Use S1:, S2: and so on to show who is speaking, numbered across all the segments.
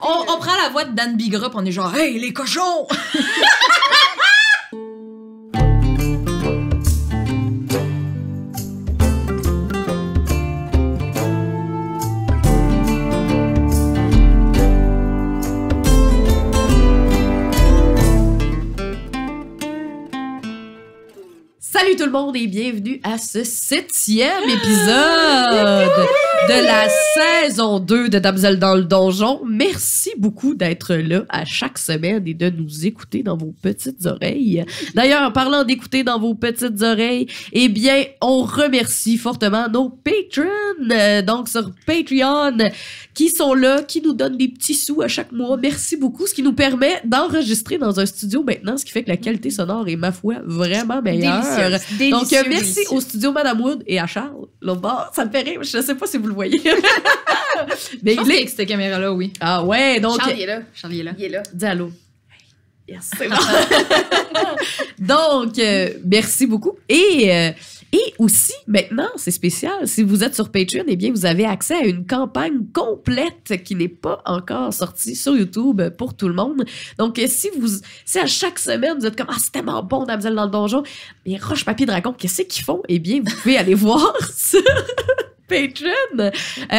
S1: On, on prend la voix de Dan Bigra, puis on est genre, hey, les cochons! Salut tout le monde et bienvenue à ce septième épisode de la saison 2 de Damsel dans le donjon. Merci beaucoup d'être là à chaque semaine et de nous écouter dans vos petites oreilles. D'ailleurs, en parlant d'écouter dans vos petites oreilles, eh bien, on remercie fortement nos patrons, euh, donc sur Patreon, qui sont là, qui nous donnent des petits sous à chaque mois. Merci beaucoup, ce qui nous permet d'enregistrer dans un studio maintenant, ce qui fait que la qualité sonore est, ma foi, vraiment meilleure.
S2: Délicieuse.
S1: Donc, euh,
S2: Délicieux,
S1: merci
S2: délicieux.
S1: au studio Madame Wood et à Charles, l'autre bord. Ça me fait rire, je ne sais pas si vous le voyez. Mais
S2: Je pense
S1: il
S2: qu'il y a
S1: est.
S2: que cette caméra-là, oui.
S1: Ah ouais, donc.
S3: Charles, il est là.
S2: Charlie est là.
S3: Il est là.
S1: Dis allô. Yes, c'est bon. donc, euh, merci beaucoup. Et. euh, et aussi, maintenant, c'est spécial, si vous êtes sur Patreon, eh bien, vous avez accès à une campagne complète qui n'est pas encore sortie sur YouTube pour tout le monde. Donc, euh, si vous, si à chaque semaine, vous êtes comme, ah, c'est tellement bon, Damsel dans le donjon, mais Roche Papier Dragon, qu'est-ce qu'ils font? Eh bien, vous pouvez aller voir sur Patreon. Euh,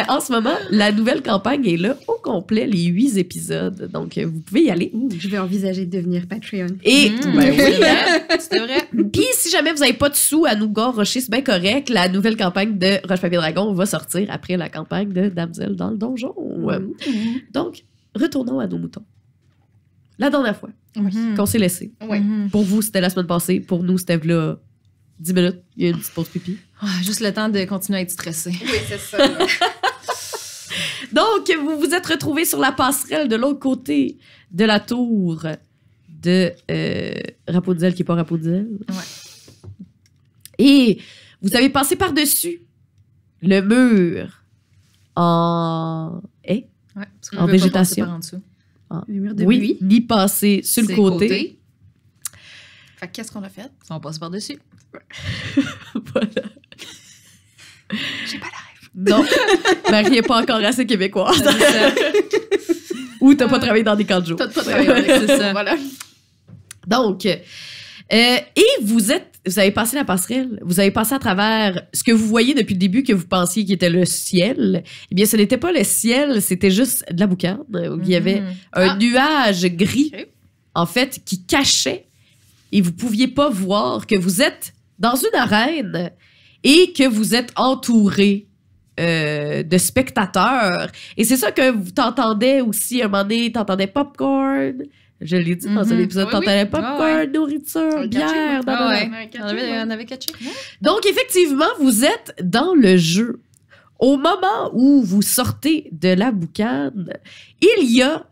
S1: en ce moment, la nouvelle campagne est là au complet, les huit épisodes. Donc, euh, vous pouvez y aller.
S3: Je vais envisager de devenir Patreon.
S1: Et,
S2: Mmh.
S1: ben oui, hein.
S2: C'est vrai.
S1: Puis, si jamais vous n'avez pas de sous à nous rocher c'est bien correct. La nouvelle campagne de Roche Papier Dragon va sortir après la campagne de Damsel dans le donjon. Donc, retournons à nos moutons. La dernière fois
S2: Mhm.
S1: qu'on s'est laissé.
S3: Ouais.
S2: Mhm.
S1: Pour vous, c'était la semaine passée. Pour nous, c'était là 10 minutes. Il y a une petite pause pipi.
S2: Ah, Juste le temps de continuer à être stressé.
S3: Oui, c'est ça. là.
S1: Donc, vous vous êtes retrouvés sur la passerelle de l'autre côté de la tour de euh, Rapunzel, qui n'est pas Rapunzel. Et vous avez passé par-dessus le mur en... eh?
S2: Ouais, parce qu'on
S1: En
S2: peut pas
S1: végétation.
S2: passer par en dessous.
S3: Le mur de
S1: oui,
S3: pluie.
S1: ni passer sur le
S2: C'est
S1: côté.
S3: Fait que qu'est-ce qu'on a fait?
S2: On passe par-dessus.
S1: Voilà.
S3: J'ai pas la
S1: Non, Marie n'est pas encore assez québécoise. Ou t'as
S3: Euh,
S1: pas travaillé dans des camps de jour.
S3: T'as pas travaillé avec
S2: C'est
S3: c'est
S2: ça.
S3: ça. Voilà.
S1: Donc, euh, et vous êtes, vous avez passé la passerelle, vous avez passé à travers ce que vous voyez depuis le début que vous pensiez qui était le ciel. Eh bien, ce n'était pas le ciel, c'était juste de la boucane où il y avait
S2: Mhm.
S1: un
S3: Ah.
S1: nuage gris,
S3: Ok.
S1: en fait, qui cachait et vous pouviez pas voir que vous êtes dans une arène et que vous êtes entouré euh, de spectateurs. Et c'est ça que vous t'entendez aussi, à un moment donné, t'entendais popcorn. Je l'ai dit dans un
S2: Mhm.
S1: épisode,
S3: Mm-hmm. Oui,
S1: t'entendais popcorn,
S2: Ah
S1: nourriture,
S2: Ah
S1: bière. nanana.
S2: ouais.
S3: nanana.
S2: On avait, on avait catché.
S1: Donc, effectivement, vous êtes dans le jeu. Au moment où vous sortez de la boucane, il y a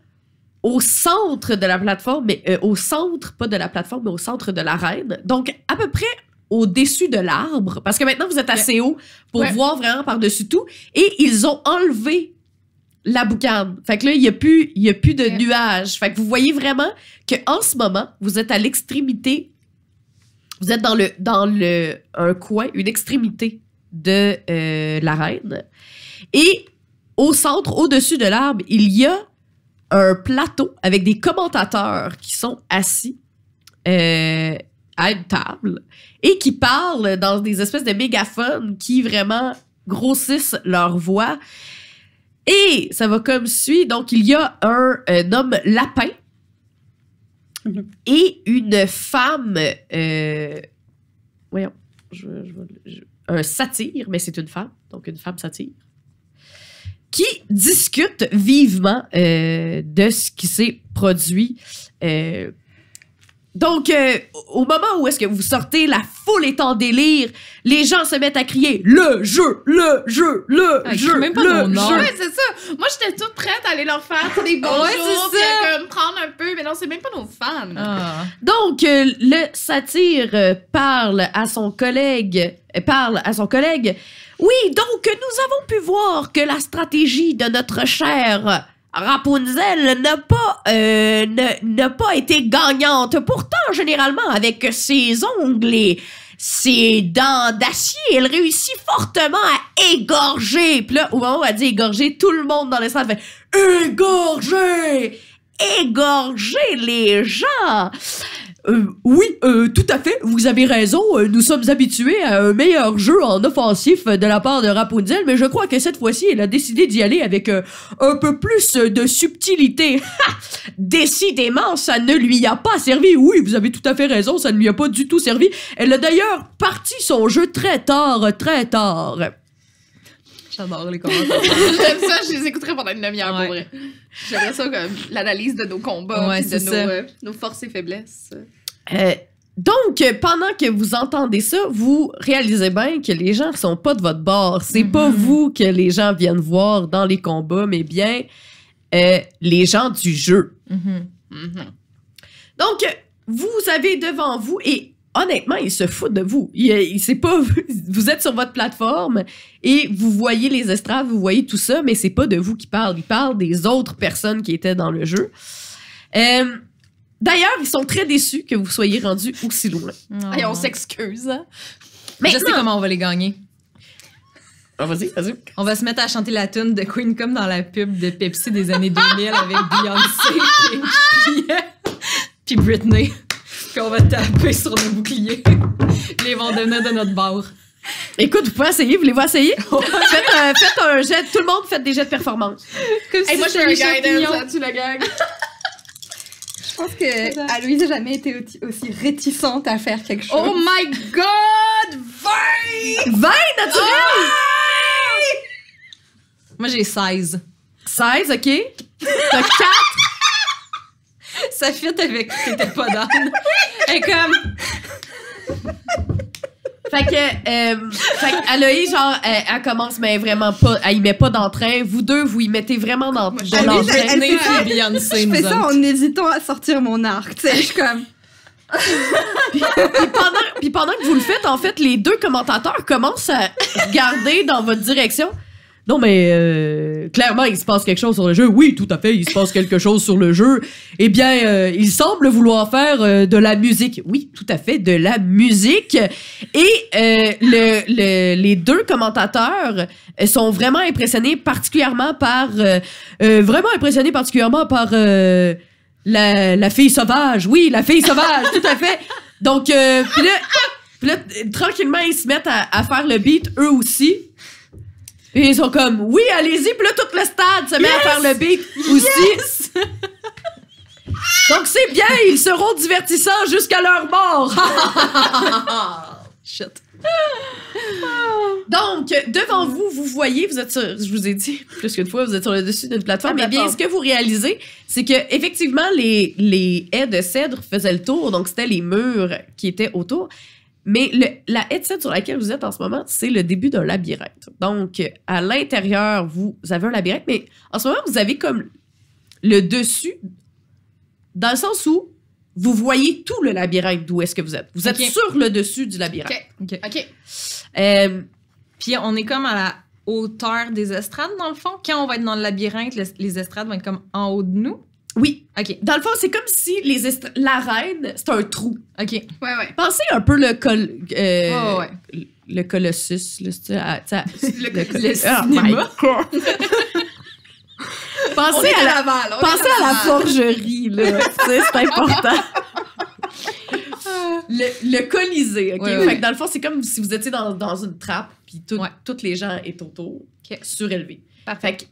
S1: au centre de la plateforme, mais euh, au centre, pas de la plateforme, mais au centre de l'arène, donc à peu près au-dessus de l'arbre, parce que maintenant vous êtes assez haut pour
S3: Ouais.
S1: voir vraiment par-dessus tout, et ils ont enlevé la boucane. Fait que là, il n'y a, plus- il y a plus de
S3: Ouais.
S1: nuages. Fait que vous voyez vraiment que en ce moment, vous êtes à l'extrémité vous êtes dans le dans le un coin, une extrémité de euh, l'arène. Et au centre, au-dessus de l'arbre, il y a un plateau avec des commentateurs qui sont assis euh, à une table et qui parlent dans des espèces de mégaphones qui vraiment grossissent leur voix. Et ça va comme suit. Donc, il y a un, un homme lapin
S3: Mhm.
S1: et une femme. euh, voyons, je- je vais- je- un satyre, mais c'est une femme, donc une femme satyre, qui discute vivement euh, de ce qui s'est produit. euh, donc, euh, au moment où est-ce que vous sortez, la foule est en délire, les gens se mettent à crier le jeu, le jeu, le
S2: Ah, ils
S1: jeu,
S2: crient même pas
S1: le
S2: nos noms.
S1: jeu.
S3: Ouais, c'est ça. Moi, j'étais toute prête à aller leur faire tu sais, des bonjours,
S2: Ouais, c'est
S3: puis
S2: ça.
S3: à comme prendre un peu, mais non, c'est même pas nos fans.
S2: Ah.
S1: Donc, euh, le satire euh, parle à son collègue, euh, parle à son collègue. Oui, donc euh, nous avons pu voir que la stratégie de notre chère Rapunzel n'a pas, euh, ne- n'a pas été gagnante. Pourtant, généralement, avec ses ongles et ses dents d'acier, elle réussit fortement à égorger. Puis là, au moment où elle dit égorger, tout le monde dans le salle fait égorger, égorger les gens. Euh, oui, euh, tout à fait, vous avez raison, euh, nous sommes habitués à un meilleur jeu en offensif de la part de Rapunzel, mais je crois que cette fois-ci, elle a décidé d'y aller avec euh, un peu plus de subtilité. Ha! Décidément, ça ne lui a pas servi. Oui, vous avez tout à fait raison, ça ne lui a pas du tout servi. Elle a d'ailleurs parti son jeu très tard, très tard.
S2: J'adore les commentaires.
S3: J'aime ça, je les écouterais pendant une demi-heure
S2: Ouais.
S3: pour vrai. J'aimerais ça comme l'analyse de nos combats,
S2: Ouais,
S3: puis de
S2: c'est
S3: nos,
S2: ça.
S3: euh, nos forces et faiblesses.
S1: Euh, donc, euh, pendant que vous entendez ça, vous réalisez bien que les gens sont pas de votre bord. C'est pas vous que les gens viennent voir dans les combats, mais bien euh, les gens du jeu.
S2: Mhm.
S3: Mhm.
S1: Donc, euh, vous avez devant vous et honnêtement, ils se foutent de vous. Ils, euh, ils- c'est pas vous êtes sur votre plateforme et vous voyez les estrades, vous voyez tout ça, mais c'est pas de vous qui parlent. Ils parlent des autres personnes qui étaient dans le jeu. Euh, D'ailleurs, ils sont très déçus que vous soyez rendus aussi loin.
S2: Ah
S3: Et on s'excuse. hein.
S1: Mais
S2: je sais comment on va les gagner.
S1: Ah, vas-y, vas-y.
S2: On va se mettre à chanter la tune de Queen comme dans la pub de Pepsi des années 2000 avec Beyoncé puis, puis Britney. Puis on va taper sur nos boucliers. Les vandana de notre bord.
S1: Écoute, vous pouvez essayer, vous voulez voir essayer? faites, euh, faites un jet, tout le monde fait des jets de performance.
S2: Comme
S3: Hey, moi, je suis un hein, guidance
S2: champignons.
S3: là-dessus, la gang.
S4: Je pense que Aloïse n'a jamais été aussi- aussi réticente à faire quelque chose.
S3: Oh my god! 20!
S1: 20 naturel!
S2: Moi, j'ai 16.
S1: 16, OK. T'as 4.
S2: Ça fit avec t'étais pas d'âne. Et comme,
S1: Fait que, euh, fait que Aloïs, genre, elle, elle commence, mais vraiment pas, elle y met pas d'entrain. Vous deux, vous y mettez vraiment dans,
S3: Moi, je
S1: dans
S4: suis
S1: l'entrain.
S4: allée- elle- elle
S2: Britney
S4: fait ça.
S2: puis Beyoncé,
S4: je
S2: nous
S4: fais ça
S2: autres.
S4: en hésitant à sortir mon arc. Tu sais, je suis comme.
S1: Puis pendant, puis pendant que vous le faites, en fait, les deux commentateurs commencent à regarder dans votre direction. Non, mais euh, clairement, il se passe quelque chose sur le jeu. Oui, tout à fait, il se passe quelque chose sur le jeu. Eh bien, euh, il semble vouloir faire euh, de la musique. Oui, tout à fait, de la musique. Et euh, le- le- les deux commentateurs euh, sont vraiment impressionnés particulièrement par... euh, euh, vraiment impressionnés particulièrement par... euh, la, la fille sauvage, oui, la fille sauvage, tout à fait. Donc, euh, puis là, puis là, t- tranquillement, ils se mettent à, à faire le beat, eux aussi. Et ils sont comme, oui, allez-y. Puis là, tout le stade se met à faire le beat aussi. Donc, c'est bien, ils seront divertissants jusqu'à leur mort.
S2: Shit.
S1: Donc, devant vous, vous voyez, vous êtes sur, je vous ai dit plus qu'une fois, vous êtes sur le dessus d'une plateforme.
S3: La
S1: Mais bien, ce
S3: plateforme.
S1: que vous réalisez, c'est que effectivement, les, les haies de cèdre faisaient le tour, donc c'était les murs qui étaient autour. Mais le, la haie de cèdre sur laquelle vous êtes en ce moment, c'est le début d'un labyrinthe. Donc, à l'intérieur, vous avez un labyrinthe, mais en ce moment, vous avez comme le dessus, dans le sens où vous voyez tout le labyrinthe d'où est-ce que vous êtes. Vous êtes
S2: Ok.
S1: sur le dessus du labyrinthe.
S3: Ok.
S2: Ok.
S3: Ok.
S1: Euh,
S2: Puis on est comme à la hauteur des estrades, dans le fond. Quand on va être dans le labyrinthe, les, les estrades vont être comme en haut de nous.
S1: oui,
S2: OK,
S1: Dans le fond, c'est comme si les estra- la reine, c'est un trou.
S2: OK.
S3: Ouais, ouais.
S1: Pensez un peu le col, euh,
S2: Ouais, ouais.
S1: le- le colossus, là, c'est- ah, t'sais,
S3: Le-
S1: col-
S2: le
S1: Oh my
S2: cinéma.
S1: God.
S3: On
S1: pensez
S3: est
S1: à la,
S3: Laval. on est
S1: pensez à la
S3: Laval.
S1: forgerie, là, tu sais, c'est important. le, le colisée, ok.
S2: Ouais,
S1: Fait
S2: ouais.
S1: que dans le fond, c'est comme si vous étiez dans, dans une trappe, puis tout-
S2: Ouais.
S1: toutes les gens est autour,
S2: Ok.
S1: surélevés.
S3: Parfait.
S1: Fait que,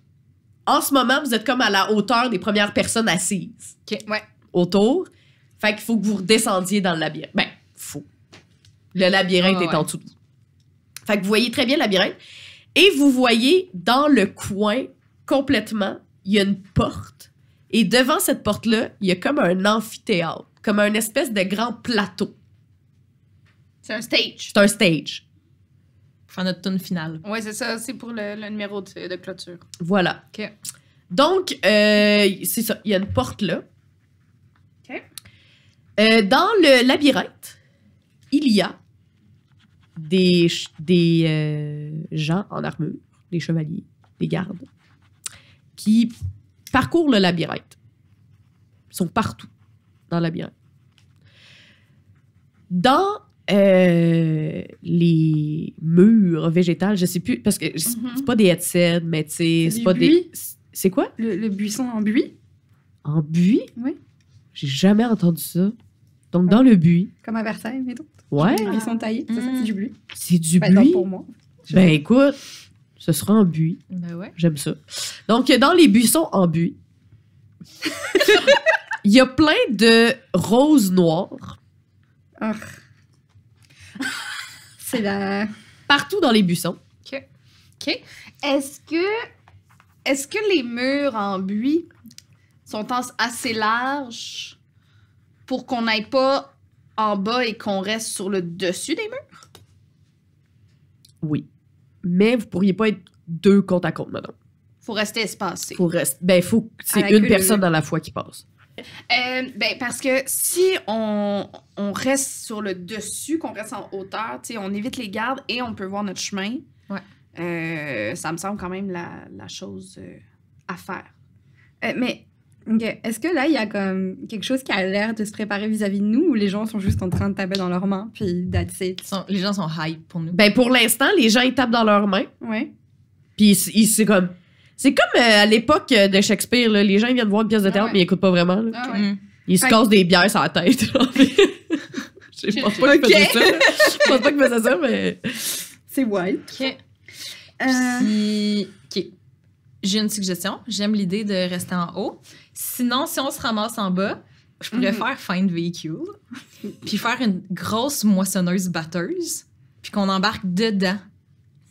S1: en ce moment, vous êtes comme à la hauteur des premières personnes assises.
S3: Ouais.
S1: autour. Fait qu'il faut que vous redescendiez dans le labyrinthe. Ben, faut. Le labyrinthe
S2: Ah,
S1: est
S2: ouais.
S1: en dessous de vous. Fait que vous voyez très bien le labyrinthe. Et vous voyez dans le coin, complètement, il y a une porte. Et devant cette porte-là, il y a comme un amphithéâtre, comme un espèce de grand plateau.
S3: C'est un stage.
S1: C'est un stage.
S2: Pour faire notre tune finale.
S3: Ouais, c'est ça. C'est pour le, le numéro de, de clôture.
S1: Voilà.
S2: OK.
S1: Donc, euh, c'est ça. Il y a une porte là.
S3: OK.
S1: Euh, dans le labyrinthe, il y a des, ch- des euh, gens en armure, des chevaliers, des gardes, qui parcourent le labyrinthe. Ils sont partout dans le labyrinthe. Dans euh, les murs végétales, je sais plus, parce que c'est
S3: Mhm.
S1: c'est pas des headsets, mais tu sais,
S4: C'est
S1: c'est
S4: des
S1: pas des.
S4: buis?
S1: c'est- C'est quoi?
S4: Le, le buisson en buis,
S1: En buis?
S4: Oui.
S1: J'ai jamais entendu ça. Donc, dans le buis,
S4: comme à Versailles, mais donc.
S1: ouais,
S4: Ils sont taillés, ça, ça, c'est
S2: Mm.
S4: du buis.
S1: c'est du
S4: Ben, non,
S1: buis.
S4: pour moi.
S1: Ben écoute, ce sera en buis.
S2: Ben ouais.
S1: J'aime ça. Donc, dans les buissons en buis, il y a plein de roses noires
S4: Ah. C'est la.
S1: partout dans les buissons.
S3: Est-ce que, est-ce que les murs en buis sont en- assez larges pour qu'on n'aille pas en bas et qu'on reste sur le dessus des murs?
S1: Oui. Mais vous pourriez pas être deux compte à compte, madame.
S3: Faut rester espacé.
S1: Faut rester. Ben, faut que
S4: À la
S1: c'est
S4: queue
S1: une
S4: leu.
S1: personne à la fois qui passe.
S3: Euh, ben, parce que si on, on reste sur le dessus, qu'on reste en hauteur, tu sais, on évite les gardes et on peut voir notre chemin.
S2: Ouais.
S3: Euh, ça me semble quand même la, la chose euh, à faire.
S4: Euh, mais ok, est-ce que là, il y a comme quelque chose qui a l'air de se préparer vis-à-vis de nous ou les gens sont juste en train de taper dans leurs mains puis that's it?
S2: Ils sont- les gens sont hype pour nous.
S1: Ben, pour l'instant, les gens, ils tapent dans leurs mains.
S4: Ouais.
S1: Puis, ils- ils- c'est comme. C'est comme euh, à l'époque euh, de Shakespeare, là, les gens ils viennent voir une pièce de
S3: Ah
S1: théâtre,
S3: ouais.
S1: mais ils écoutent pas vraiment. là.
S3: Ah
S2: Mm.
S1: Ils se
S4: Fait-
S1: cassent des bières sur la tête. Je sais pas, pas qu'ils faisaient ça. Je pense pas qu'ils faisaient ça, mais.
S4: C'est wild.
S2: Ok.
S4: Euh,
S2: Puis, ok. J'ai une suggestion. J'aime l'idée de rester en haut. Sinon, si on se ramasse en bas, je pourrais
S3: Mhm.
S2: faire find véhicule, puis faire une grosse moissonneuse batteuse, puis qu'on embarque dedans,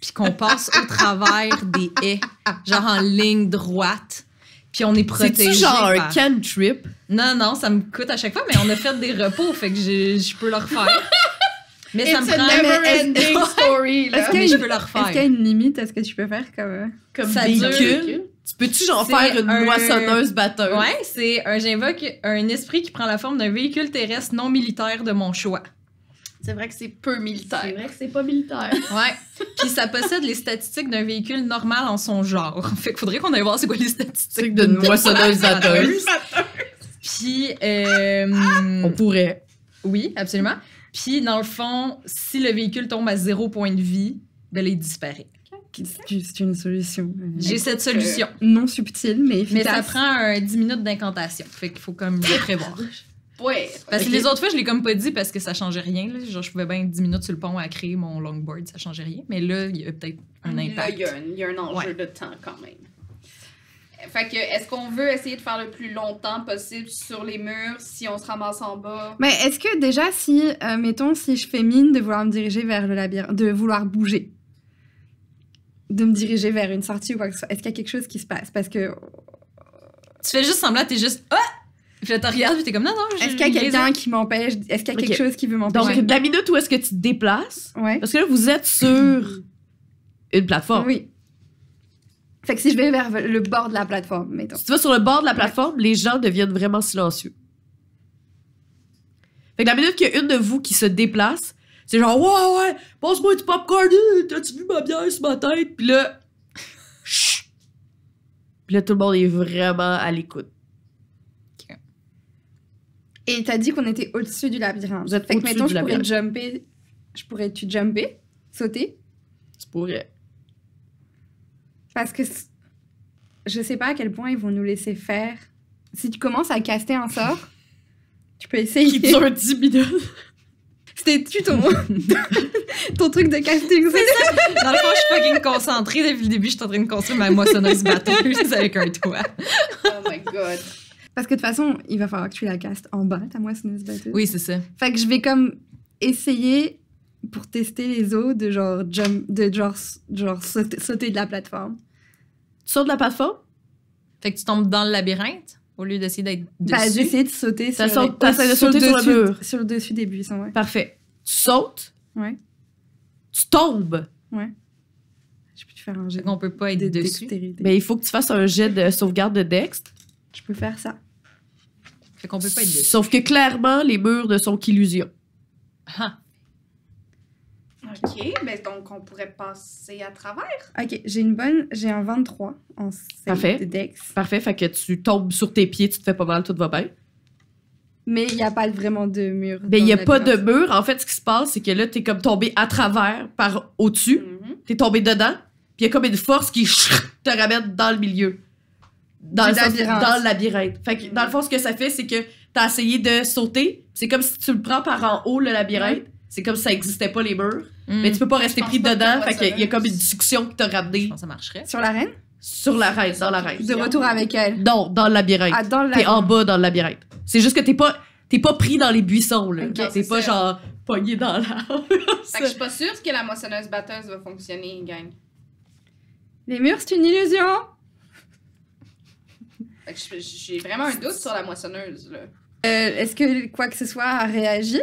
S2: puis qu'on passe au travers des haies, genre en ligne droite, puis on est protégé.
S1: C'est-tu genre un
S2: par-
S1: can trip?
S2: Non, non, ça me coûte à chaque fois, mais on a fait des repos, fait que j'ai- je peux le refaire. Mais ça me
S3: It's a
S2: prend.
S3: never ending
S2: Ouais,
S3: story, là.
S4: Est-ce qu'il y a
S2: mais je
S4: une-
S2: peux le
S4: Est-ce qu'il y a
S2: refaire.
S4: une limite à ce que tu peux faire comme. euh,
S1: Comme
S2: Ça
S1: véhicule?
S3: dure.
S1: Tu peux-tu genre
S2: C'est
S1: faire une
S2: un-
S1: moissonneuse batteuse?
S2: Ouais, c'est un j'invoque un esprit qui prend la forme d'un véhicule terrestre non militaire de mon choix.
S3: C'est vrai que c'est peu militaire.
S1: que c'est pas militaire.
S2: Ouais. Puis ça possède les statistiques d'un véhicule normal en son genre. Fait qu'il faudrait qu'on aille voir c'est quoi les
S1: C'est
S2: statistiques
S1: d'une moissonneuse batteuse.
S2: Puis euh,
S1: On pourrait.
S2: oui, absolument. Puis dans le fond, si le véhicule tombe à zéro point de vie, ben là, il disparaît.
S4: qui- C'est une solution. euh,
S2: J'ai cette
S3: euh,
S2: solution.
S4: Non subtile, mais
S2: Mais
S4: efficace.
S2: ça prend un 10 minutes d'incantation. Fait qu'il faut comme le prévoir.
S3: Ouais.
S2: Parce que
S1: Ok.
S2: les autres fois, je l'ai comme pas dit parce que ça changeait rien. là. Genre, je pouvais bien 10 minutes sur le pont à créer mon longboard, ça changeait rien. Mais là, il y a peut-être un
S3: Là, il
S2: impact.
S3: y a un- il y, a un enjeu
S2: Ouais.
S3: de temps quand même. Fait que, est-ce qu'on veut essayer de faire le plus longtemps possible sur les murs si on se ramasse en bas?
S4: Mais est-ce que déjà, si, euh, mettons, si je fais mine de vouloir me diriger vers le labyrinthe, de vouloir bouger, de me diriger vers une sortie ou quoi que ce soit, est-ce qu'il y a quelque chose qui se passe Parce que
S2: Tu fais juste semblant, t'es juste Ah! Puis là, t'en regardes, puis t'es comme Non, non, je
S4: est-ce qu'il y a
S2: les
S4: quelqu'un qui m'empêche Est-ce qu'il y a quelque
S1: Ok.
S4: chose qui veut
S1: Donc,
S4: m'empêcher
S1: de la minute où est-ce que tu te déplaces,
S4: Ouais.
S1: parce que là, vous êtes sur une plateforme.
S4: Oui. Fait que si je vais vers le bord de la plateforme, mettons.
S1: Si tu vas sur le bord de la plateforme, les gens deviennent vraiment silencieux. Fait que la minute qu'il y a une de vous qui se déplace, c'est genre Ouais, ouais, passe-moi du popcorn, euh, t'as-tu vu ma bière sur ma tête? Puis là, chut! Puis là, tout le monde est vraiment à l'écoute.
S4: Et t'as dit qu'on était au-dessus du labyrinthe.
S1: Vous êtes
S4: fait que
S1: au-dessus
S4: mettons,
S1: du
S4: je pourrais
S1: labyrinthe.
S4: jumper. Je pourrais tu jumper, sauter,
S1: Tu pourrais.
S4: parce que c- je sais pas à quel point ils vont nous laisser faire. Si tu commences à caster un sort, tu peux
S1: Qui
S4: essayer.
S1: dure 10 minutes.
S4: C'était tu ton ton truc de casting.
S2: Dans le fond, je suis fucking concentrée. Depuis le début, je suis en train de construire ma moissonneuse batteuse avec un toit.
S3: Oh my god.
S4: Parce que de toute façon, il va falloir que tu la castes en bas, ta moissonneuse batteuse.
S2: Oui, c'est ça.
S4: Fait que je vais comme essayer pour tester les eaux de genre jump, de genre, genre sauter, sauter de la plateforme.
S1: Tu sors de la plateforme?
S2: Fait que tu tombes dans le labyrinthe au lieu d'essayer d'être
S4: Bah,
S2: dessus.
S4: j'essaie de sauter
S1: Ça
S4: sur,
S1: saute- t'as essayé de
S4: sur
S1: sauter sur le
S4: dessus,
S1: mur.
S4: sur le dessus des buissons, ouais.
S1: Parfait. Tu sautes.
S4: Ouais.
S1: Tu tombes.
S4: Je peux te faire un jet
S2: Fait qu'on peut pas être
S4: de
S2: dessus.
S4: dextérité.
S1: Mais il faut que tu fasses un jet de sauvegarde de Dext.
S4: Je peux faire ça.
S2: Fait qu'on peut pas être dessus.
S1: Sauf que clairement, les murs ne sont qu'illusions.
S2: Ah,
S3: Ok, mais donc on pourrait passer à travers.
S4: Ok, j'ai une bonne, j'ai un 23 en save
S1: Parfait.
S4: de dex.
S1: Parfait, fait que tu tombes sur tes pieds, tu te fais pas mal, tout va bien.
S4: Mais il n'y a pas vraiment de mur.
S1: Mais il n'y
S4: n'y
S1: a pas de mur. En fait, ce qui se passe, c'est que là, t'es comme tombé à travers, par au-dessus.
S3: Mhm.
S1: T'es tombé dedans. Puis il y a comme une force qui chou, te ramène dans le milieu. dans
S4: Du
S1: le, sens-
S4: labyrinthe.
S1: dans le labyrinthe. Fait que, dans le fond, ce que ça fait, c'est que t'as essayé de sauter. C'est comme si tu le prends par en haut, le labyrinthe. C'est comme si ça n'existait pas, les murs.
S2: Mm.
S1: Mais tu peux pas rester
S3: pense
S1: pris
S3: pas que
S1: dedans.
S3: ça
S1: Fait
S3: va, ça
S1: qu'il y a
S3: va.
S1: comme une discussion qui t'a
S2: Je
S1: ramené
S2: pense que ça marcherait.
S4: Sur la reine
S1: sur la reine, dans la reine.
S4: De retour avec elle.
S1: Non, dans le labyrinthe.
S4: Ah, dans le
S1: T'es
S4: labyrinthe.
S1: en bas dans le labyrinthe. C'est juste que t'es pas, t'es pas pris dans les buissons, là.
S3: Ok,
S1: t'es
S3: c'est
S1: pas
S3: ça.
S1: genre pogné dans l'arbre.
S3: Fait que je suis pas sûre que la moissonneuse-batteuse va fonctionner, gang.
S4: Les murs, c'est une illusion.
S3: Fait que je- j'ai vraiment un doute sur la moissonneuse, là.
S4: Euh, Est-ce que quoi que ce soit a réagi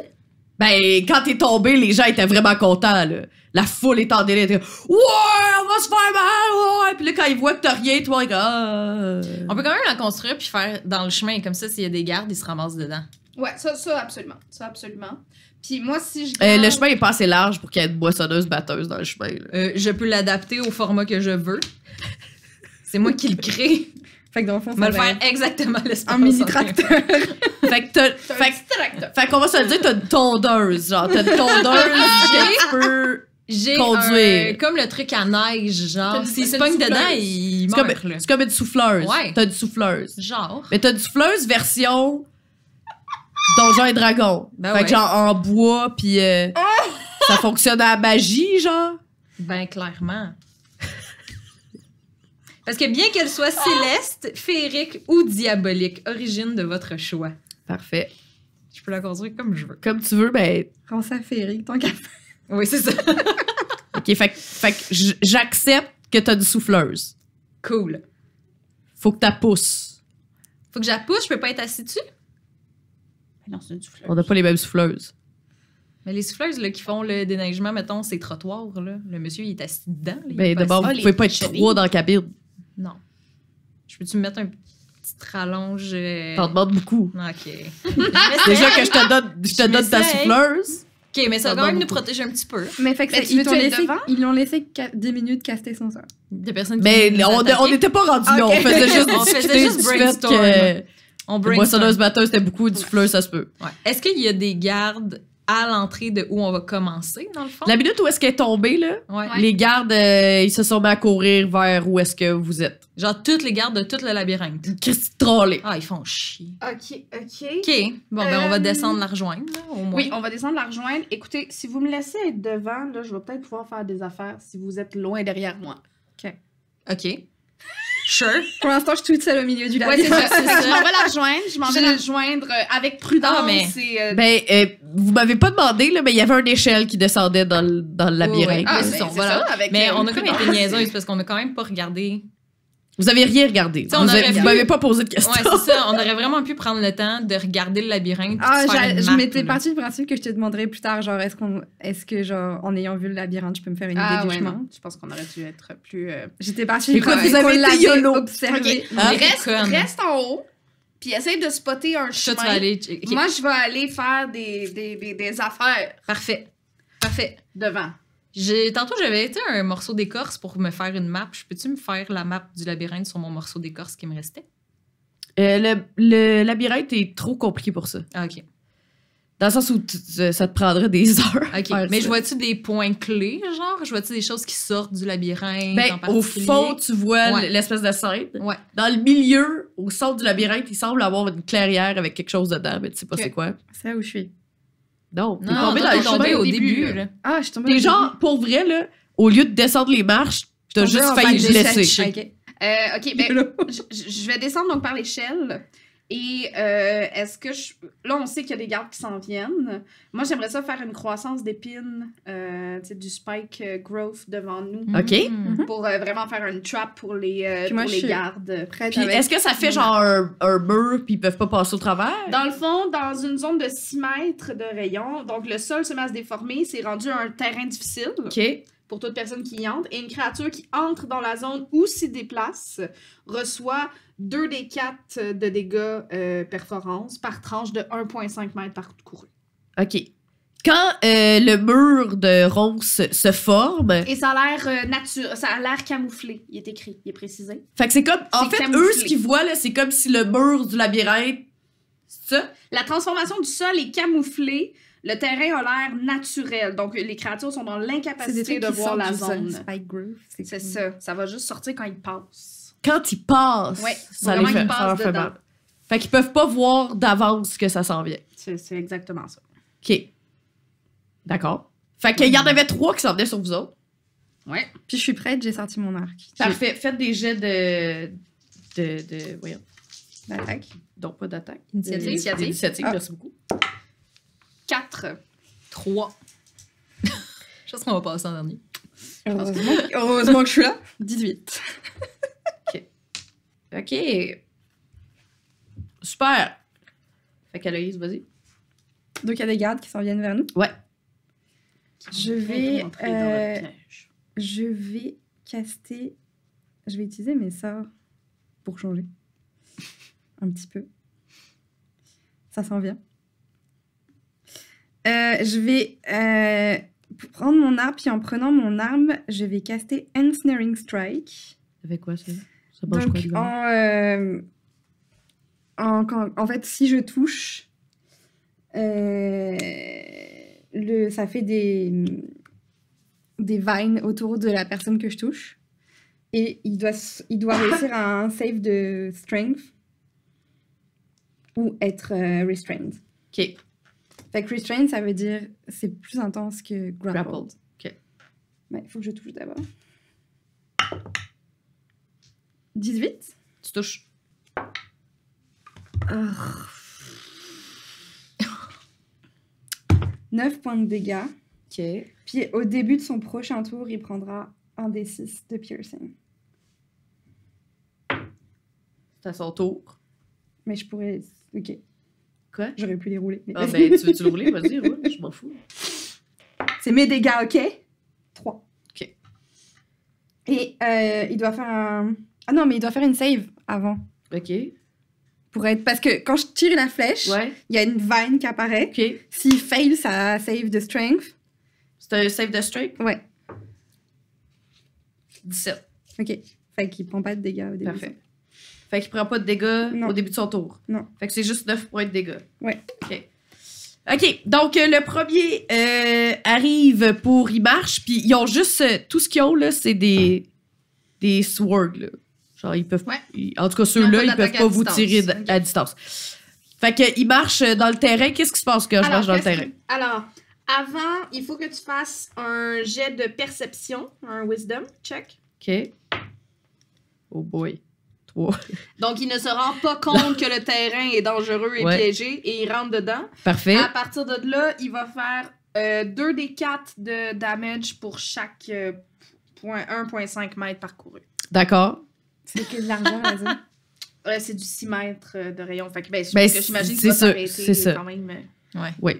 S1: Ben, quand t'es tombé, les gens étaient vraiment contents, là. La foule est en délire. t'es comme, Ouais, on va se faire mal, ouais. Puis là, quand ils voient que t'as rien, toi, ils disent, Ah.
S2: On peut quand même la construire puis faire dans le chemin. Comme ça, s'il y a des gardes, ils se ramassent dedans.
S3: Ouais, ça, ça, absolument. Ça, absolument. Puis moi, si je.
S1: Euh,
S3: garde-
S1: le chemin est pas assez large pour qu'il y ait une boissonneuse batteuse dans le chemin, là.
S2: Euh, je peux l'adapter au format que je veux. C'est moi qui le crée.
S4: Fait que dans le fond,
S2: Je vais
S4: ça
S2: le
S4: va
S2: faire
S4: être
S2: exactement l'espace.
S4: un mini tracteur.
S1: Fait que t'as,
S3: C'est un
S1: fait que-
S3: petit tracteur.
S1: fait qu'on va se le dire, t'as une tondeuse, genre. T'as une tondeuse qui peut.
S2: J'ai
S1: Conduire.
S2: un- comme le truc à neige, genre.
S3: Une-
S2: S'il se
S3: une
S2: pogne
S3: souffleuse.
S2: dedans, il
S1: C'est comme,
S2: meurt, là.
S1: c'est comme une souffleuse.
S2: Ouais.
S1: T'as une souffleuse.
S2: Genre.
S1: Mais t'as du souffleuse version Donjons et Dragons.
S2: Ben
S1: fait
S2: ouais. Ah!
S1: que genre en bois, puis euh, ça fonctionne à la magie, genre.
S2: Ben, clairement. Parce que bien qu'elle soit céleste, féerique ou diabolique, origine de votre choix,
S1: Parfait.
S2: je peux la construire comme je veux.
S1: Comme tu veux, ben.
S4: Rends ça féerique, tant qu'à
S2: Oui, c'est ça.
S1: Ok, fait, que- fait que j- j'accepte que t'as du souffleuse.
S2: Cool.
S1: Faut que t'as pousse.
S2: Faut que je la pousse, je peux pas être assis dessus.
S3: Non, c'est une souffleuse.
S1: On n'a pas les mêmes souffleuses.
S2: Mais les souffleuses là, qui font le déneigement, mettons, ces trottoirs, là, le monsieur, il est assis dedans. là, il est
S1: Ben
S2: pas
S1: d'abord,
S2: assis.
S1: vous
S3: les
S1: pouvez pas être
S3: chenilles.
S1: trois dans la cabine.
S2: Non. Je peux-tu me mettre un petit rallonge? euh,
S1: T'en demandes beaucoup.
S2: Ok.
S1: Déjà que je te donne, je te
S2: Je
S1: donne ta
S2: m'essaye.
S1: souffleuse.
S2: Ok, mais ça
S1: T'en
S2: va quand même
S1: demandes
S2: nous
S1: beaucoup.
S2: protéger un petit peu.
S4: Mais fait que
S3: Mais
S4: ça-
S3: tu
S4: ils
S3: veux
S4: t'ont
S3: tuer le
S4: laissé,
S3: devant?
S4: ils l'ont laissé qua- 10 minutes caster son sort.
S2: Des personnes qui
S1: Mais
S2: nous
S1: on
S2: attaquaient.
S1: on n'était pas rendu là. On
S4: Ok.
S1: faisait juste
S2: On faisait
S1: discuter
S2: juste
S1: du fait
S2: brainstorm.
S1: que
S2: On
S1: les
S2: brainstorm.
S1: moissonneuses batteuses, c'était beaucoup du souffleuse, ça se peut.
S2: Ouais. Est-ce qu'il y a des gardes à l'entrée de où on va commencer, dans le fond?
S1: La minute où est-ce qu'elle est tombée, là,
S2: Ouais.
S1: les gardes, euh, ils se sont mis à courir vers où est-ce que vous êtes.
S2: Genre, toutes les gardes de tout le labyrinthe.
S1: Christy trollée.
S2: Ah, ils font chier.
S3: Ok, ok.
S2: Ok, bon, ben, on va
S3: Euh,
S2: descendre la rejoindre, là, au moins.
S3: Oui, on va descendre la rejoindre. Écoutez, si vous me laissez être devant, là, je vais peut-être pouvoir faire des affaires si vous êtes loin derrière moi.
S2: Ok. Sure.
S4: Pour l'instant, je suis toute seule au milieu du
S2: Euh,
S3: Ouais,
S4: labyrinthe.
S3: c'est ça, c'est ça. Je m'en vais la rejoindre, je m'en vais
S2: Je-
S3: la rejoindre euh, avec prudence
S2: Ah, mais-
S3: et... euh,
S1: Ben, euh, vous m'avez pas demandé, là, mais il y avait une échelle qui descendait dans le, dans le labyrinthe.
S2: oui. Ah,
S1: là.
S2: c'est
S3: mais
S2: ça, voilà.
S3: ben, ça, avec,
S2: Mais
S3: euh,
S2: on a comme
S3: prudence.
S2: été niaiseuses parce qu'on a quand même pas regardé.
S1: Vous avez rien regardé.
S2: Ça, on
S1: vous
S2: aurait
S1: avez-
S2: pu-
S1: vous m'avez pas posé de
S2: Ouais,
S1: questions.
S2: c'est ça. On aurait vraiment pu prendre le temps de regarder le labyrinthe. puis
S4: Ah,
S2: de faire
S4: j'a-
S2: une
S4: je
S2: map,
S4: m'étais
S2: là.
S4: partie du principe que je te demanderais plus tard, genre, est-ce qu'on, est-ce que, genre, en ayant vu le labyrinthe, je peux me faire une idée
S3: Ah
S4: du
S3: ouais,
S4: chemin
S3: non, je pense qu'on aurait dû être plus... euh,
S4: J'étais partie
S1: Mais
S4: du
S1: quoi,
S4: principe
S1: vous avez
S4: qu'on
S1: été
S4: l'avait
S1: YOLO.
S4: observé.
S3: Ok,
S1: Ah,
S3: reste,
S2: t'es conne.
S3: reste en haut, puis essaye de spotter un
S2: Toi,
S3: chemin.
S2: tu vas aller. ok,
S3: Moi, je vais aller faire des, des, des, des affaires
S2: Parfait. Parfait.
S3: devant.
S2: J'ai, tantôt, j'avais été un morceau d'écorce pour me faire une map. Je Peux-tu me faire la map du labyrinthe sur mon morceau d'écorce qui me restait?
S1: Euh, le, le labyrinthe est trop compliqué pour ça.
S2: Ah, OK.
S1: Dans le sens où tu- tu- ça te prendrait des heures. à
S2: OK.
S1: faire
S2: Mais
S1: ça.
S2: je vois-tu des points clés, genre? Je vois-tu des choses qui sortent du labyrinthe? en
S1: Ben, au
S2: particulier?
S1: fond, tu vois
S2: Ouais.
S1: l'espèce de scène.
S2: Ouais.
S1: Dans le milieu, au centre du labyrinthe, il semble avoir une clairière avec quelque chose dedans, mais tu sais pas
S2: Ok.
S1: c'est quoi.
S4: C'est là où je suis.
S1: Non, t'es
S2: Non,
S1: tombé
S2: toi,
S1: dans
S2: t'es
S1: le
S2: tombé
S1: chemin.
S2: au début.
S3: début,
S2: là.
S4: Ah, je suis tombée.
S1: T'es genre, pour vrai, là, au lieu de descendre les marches, t'as
S4: Tombée
S1: juste
S4: en
S1: failli
S4: bas
S1: te
S4: de
S1: blesser.
S4: l'échec. Ok.
S3: Euh, OK, ben, je- je je vais descendre donc par l'échelle. Et euh, est-ce que je... Là, on sait qu'il y a des gardes qui s'en viennent. Moi, j'aimerais ça faire une croissance d'épines, euh, tu sais, du spike euh, growth devant nous
S1: OK.
S2: Mhm.
S3: pour euh, vraiment faire une trap pour les, euh,
S4: Puis moi,
S3: pour
S4: je
S3: les
S4: suis-
S3: gardes.
S4: Prête
S1: Puis
S4: avec-
S1: est-ce que ça fait genre un, un mur, puis ils peuvent pas passer au travers?
S3: Dans le fond, dans une zone de 6 mètres de rayon, donc le sol se met à se déformer, c'est rendu un terrain difficile.
S1: OK.
S3: pour toute personne qui y entre. Et une créature qui entre dans la zone ou s'y déplace reçoit 2 des 4 de dégâts euh, perforance par tranche de 1,5 mètres par coup de couru.
S1: OK. Quand euh, le mur de ronce se forme,
S3: Et ça a l'air euh, nature, ça a l'air camouflé. Il est écrit, il est précisé.
S1: fait que c'est comme. En
S3: C'est
S1: fait,
S3: camouflé.
S1: eux, ce qu'ils voient, là, c'est comme si le mur du labyrinthe. C'est ça?
S3: La transformation du sol est camouflée. Le terrain a l'air naturel. Donc, les créatures sont dans
S4: C'est des
S3: l'incapacité
S4: trucs
S3: de
S4: qui
S3: voir
S4: sortent
S3: la
S4: du sol.
S3: zone.
S4: Spike Grove,
S3: C'est ça. Ça va juste sortir quand ils passent.
S1: quand ils passent,
S3: Ouais,
S1: ça,
S3: vraiment
S1: les fait,
S3: qu'ils
S1: ça leur
S3: passent
S1: fait
S3: dedans.
S1: mal. Fait qu'ils peuvent pas voir d'avance que ça s'en vient.
S3: C'est c'est exactement ça.
S1: OK. D'accord. Fait qu'il y
S3: Mm.
S1: en avait trois qui s'en venaient sur vous autres.
S3: Ouais.
S4: Puis je suis prête, j'ai sorti mon arc.
S1: Parfait. Faites des jets de. de. de. voyons.
S4: L'attaque.
S1: Donc, pas d'attaque.
S2: Initiative.
S1: De-
S3: Initiative.
S1: Initiative,
S4: Ah.
S1: merci beaucoup.
S3: 4.
S2: 3. Je pense qu'on va passer en dernier.
S4: Heureusement, heureusement que je suis là. 18.
S1: OK. Super. Fait qu'Aloïse, vas-y.
S4: Donc il y a des gardes qui s'en viennent vers nous.
S1: Ouais.
S4: Je vais, euh, Je vais caster. Je vais utiliser mes sorts pour changer. Un petit peu. Ça s'en vient. Euh, je vais euh, prendre mon arme, puis en prenant mon arme, je vais caster Ensnaring Strike.
S1: Avec quoi ça? Ça mange
S4: Donc,
S1: quoi, du
S4: en, euh, en, quand- en fait, si je touche, euh, le, ça fait des, des vines autour de la personne que je touche. Et il doit, s- il doit réussir à un save de strength ou être euh, restrained.
S1: OK.
S4: Fait que restrained, ça veut dire c'est plus intense que grappled.
S1: Grappled, ok.
S4: Ouais, faut que je touche d'abord. 18
S1: Tu touches.
S4: Arr. 9 points de dégâts.
S1: OK.
S4: Puis au début de son prochain tour, il prendra un des 6 de piercing.
S1: C'est à son tour.
S4: Mais je pourrais. Ok.
S1: Quoi?
S4: J'aurais pu les rouler. mais-
S1: Ah, ben, tu veux-tu le rouler? Vas-y, roule. Je m'en fous.
S4: C'est mes dégâts, ok 3.
S1: Ok.
S4: Et euh, il doit faire un. Ah non, mais il doit faire une save avant.
S1: OK. Ouais.
S4: Pour être... Parce que quand je tire la flèche, il y a une vine qui apparaît.
S1: OK.
S4: S'il fail, ça save de strength.
S1: C'est un save de strike?
S4: Ouais.
S1: 17.
S4: Ok. Fait qu'il prend pas de dégâts au début.
S1: Parfait. Fait qu'il prend pas de dégâts
S4: Non.
S1: au début de son tour.
S4: Non.
S1: Fait que c'est juste 9 points de dégâts.
S4: Ouais.
S1: OK. OK. Donc, euh, le premier euh, arrive pour. Il marche, puis ils ont juste. euh, tout ce qu'ils ont, là, c'est des. Des swords, là. Genre, ils peuvent.
S3: Ouais.
S1: ils- en tout cas,
S3: Ils ont
S1: ceux-là,
S3: pas
S1: ils peuvent
S3: d'attaque
S1: pas
S3: à
S1: vous
S3: distance.
S1: tirer d-
S3: Ok.
S1: à distance. Fait qu'ils marchent euh, dans le terrain. Qu'est-ce qui se passe quand je marche dans le
S3: qu'est-ce
S1: terrain?
S3: que- Alors, avant, il faut que tu fasses un jet de perception, un wisdom check.
S1: OK. Oh boy. 3.
S3: Donc, il ne se rend pas compte que le terrain est dangereux et
S1: Ouais.
S3: piégé et il rentre dedans.
S1: Parfait.
S3: À partir de là, il va faire 2 des 4 de damage pour chaque euh, point 1.5 mètres parcouru.
S1: D'accord.
S4: C'est que de l'argent, vas-y.
S3: Ouais, Euh, c'est du 6 mètres euh, de rayon. Fait que, ben,
S1: Ben,
S3: parce que j'imagine
S1: c'est
S3: que
S1: ça,
S3: ça va
S1: c'est ça.
S3: s'arrêter quand même. euh,
S1: Oui.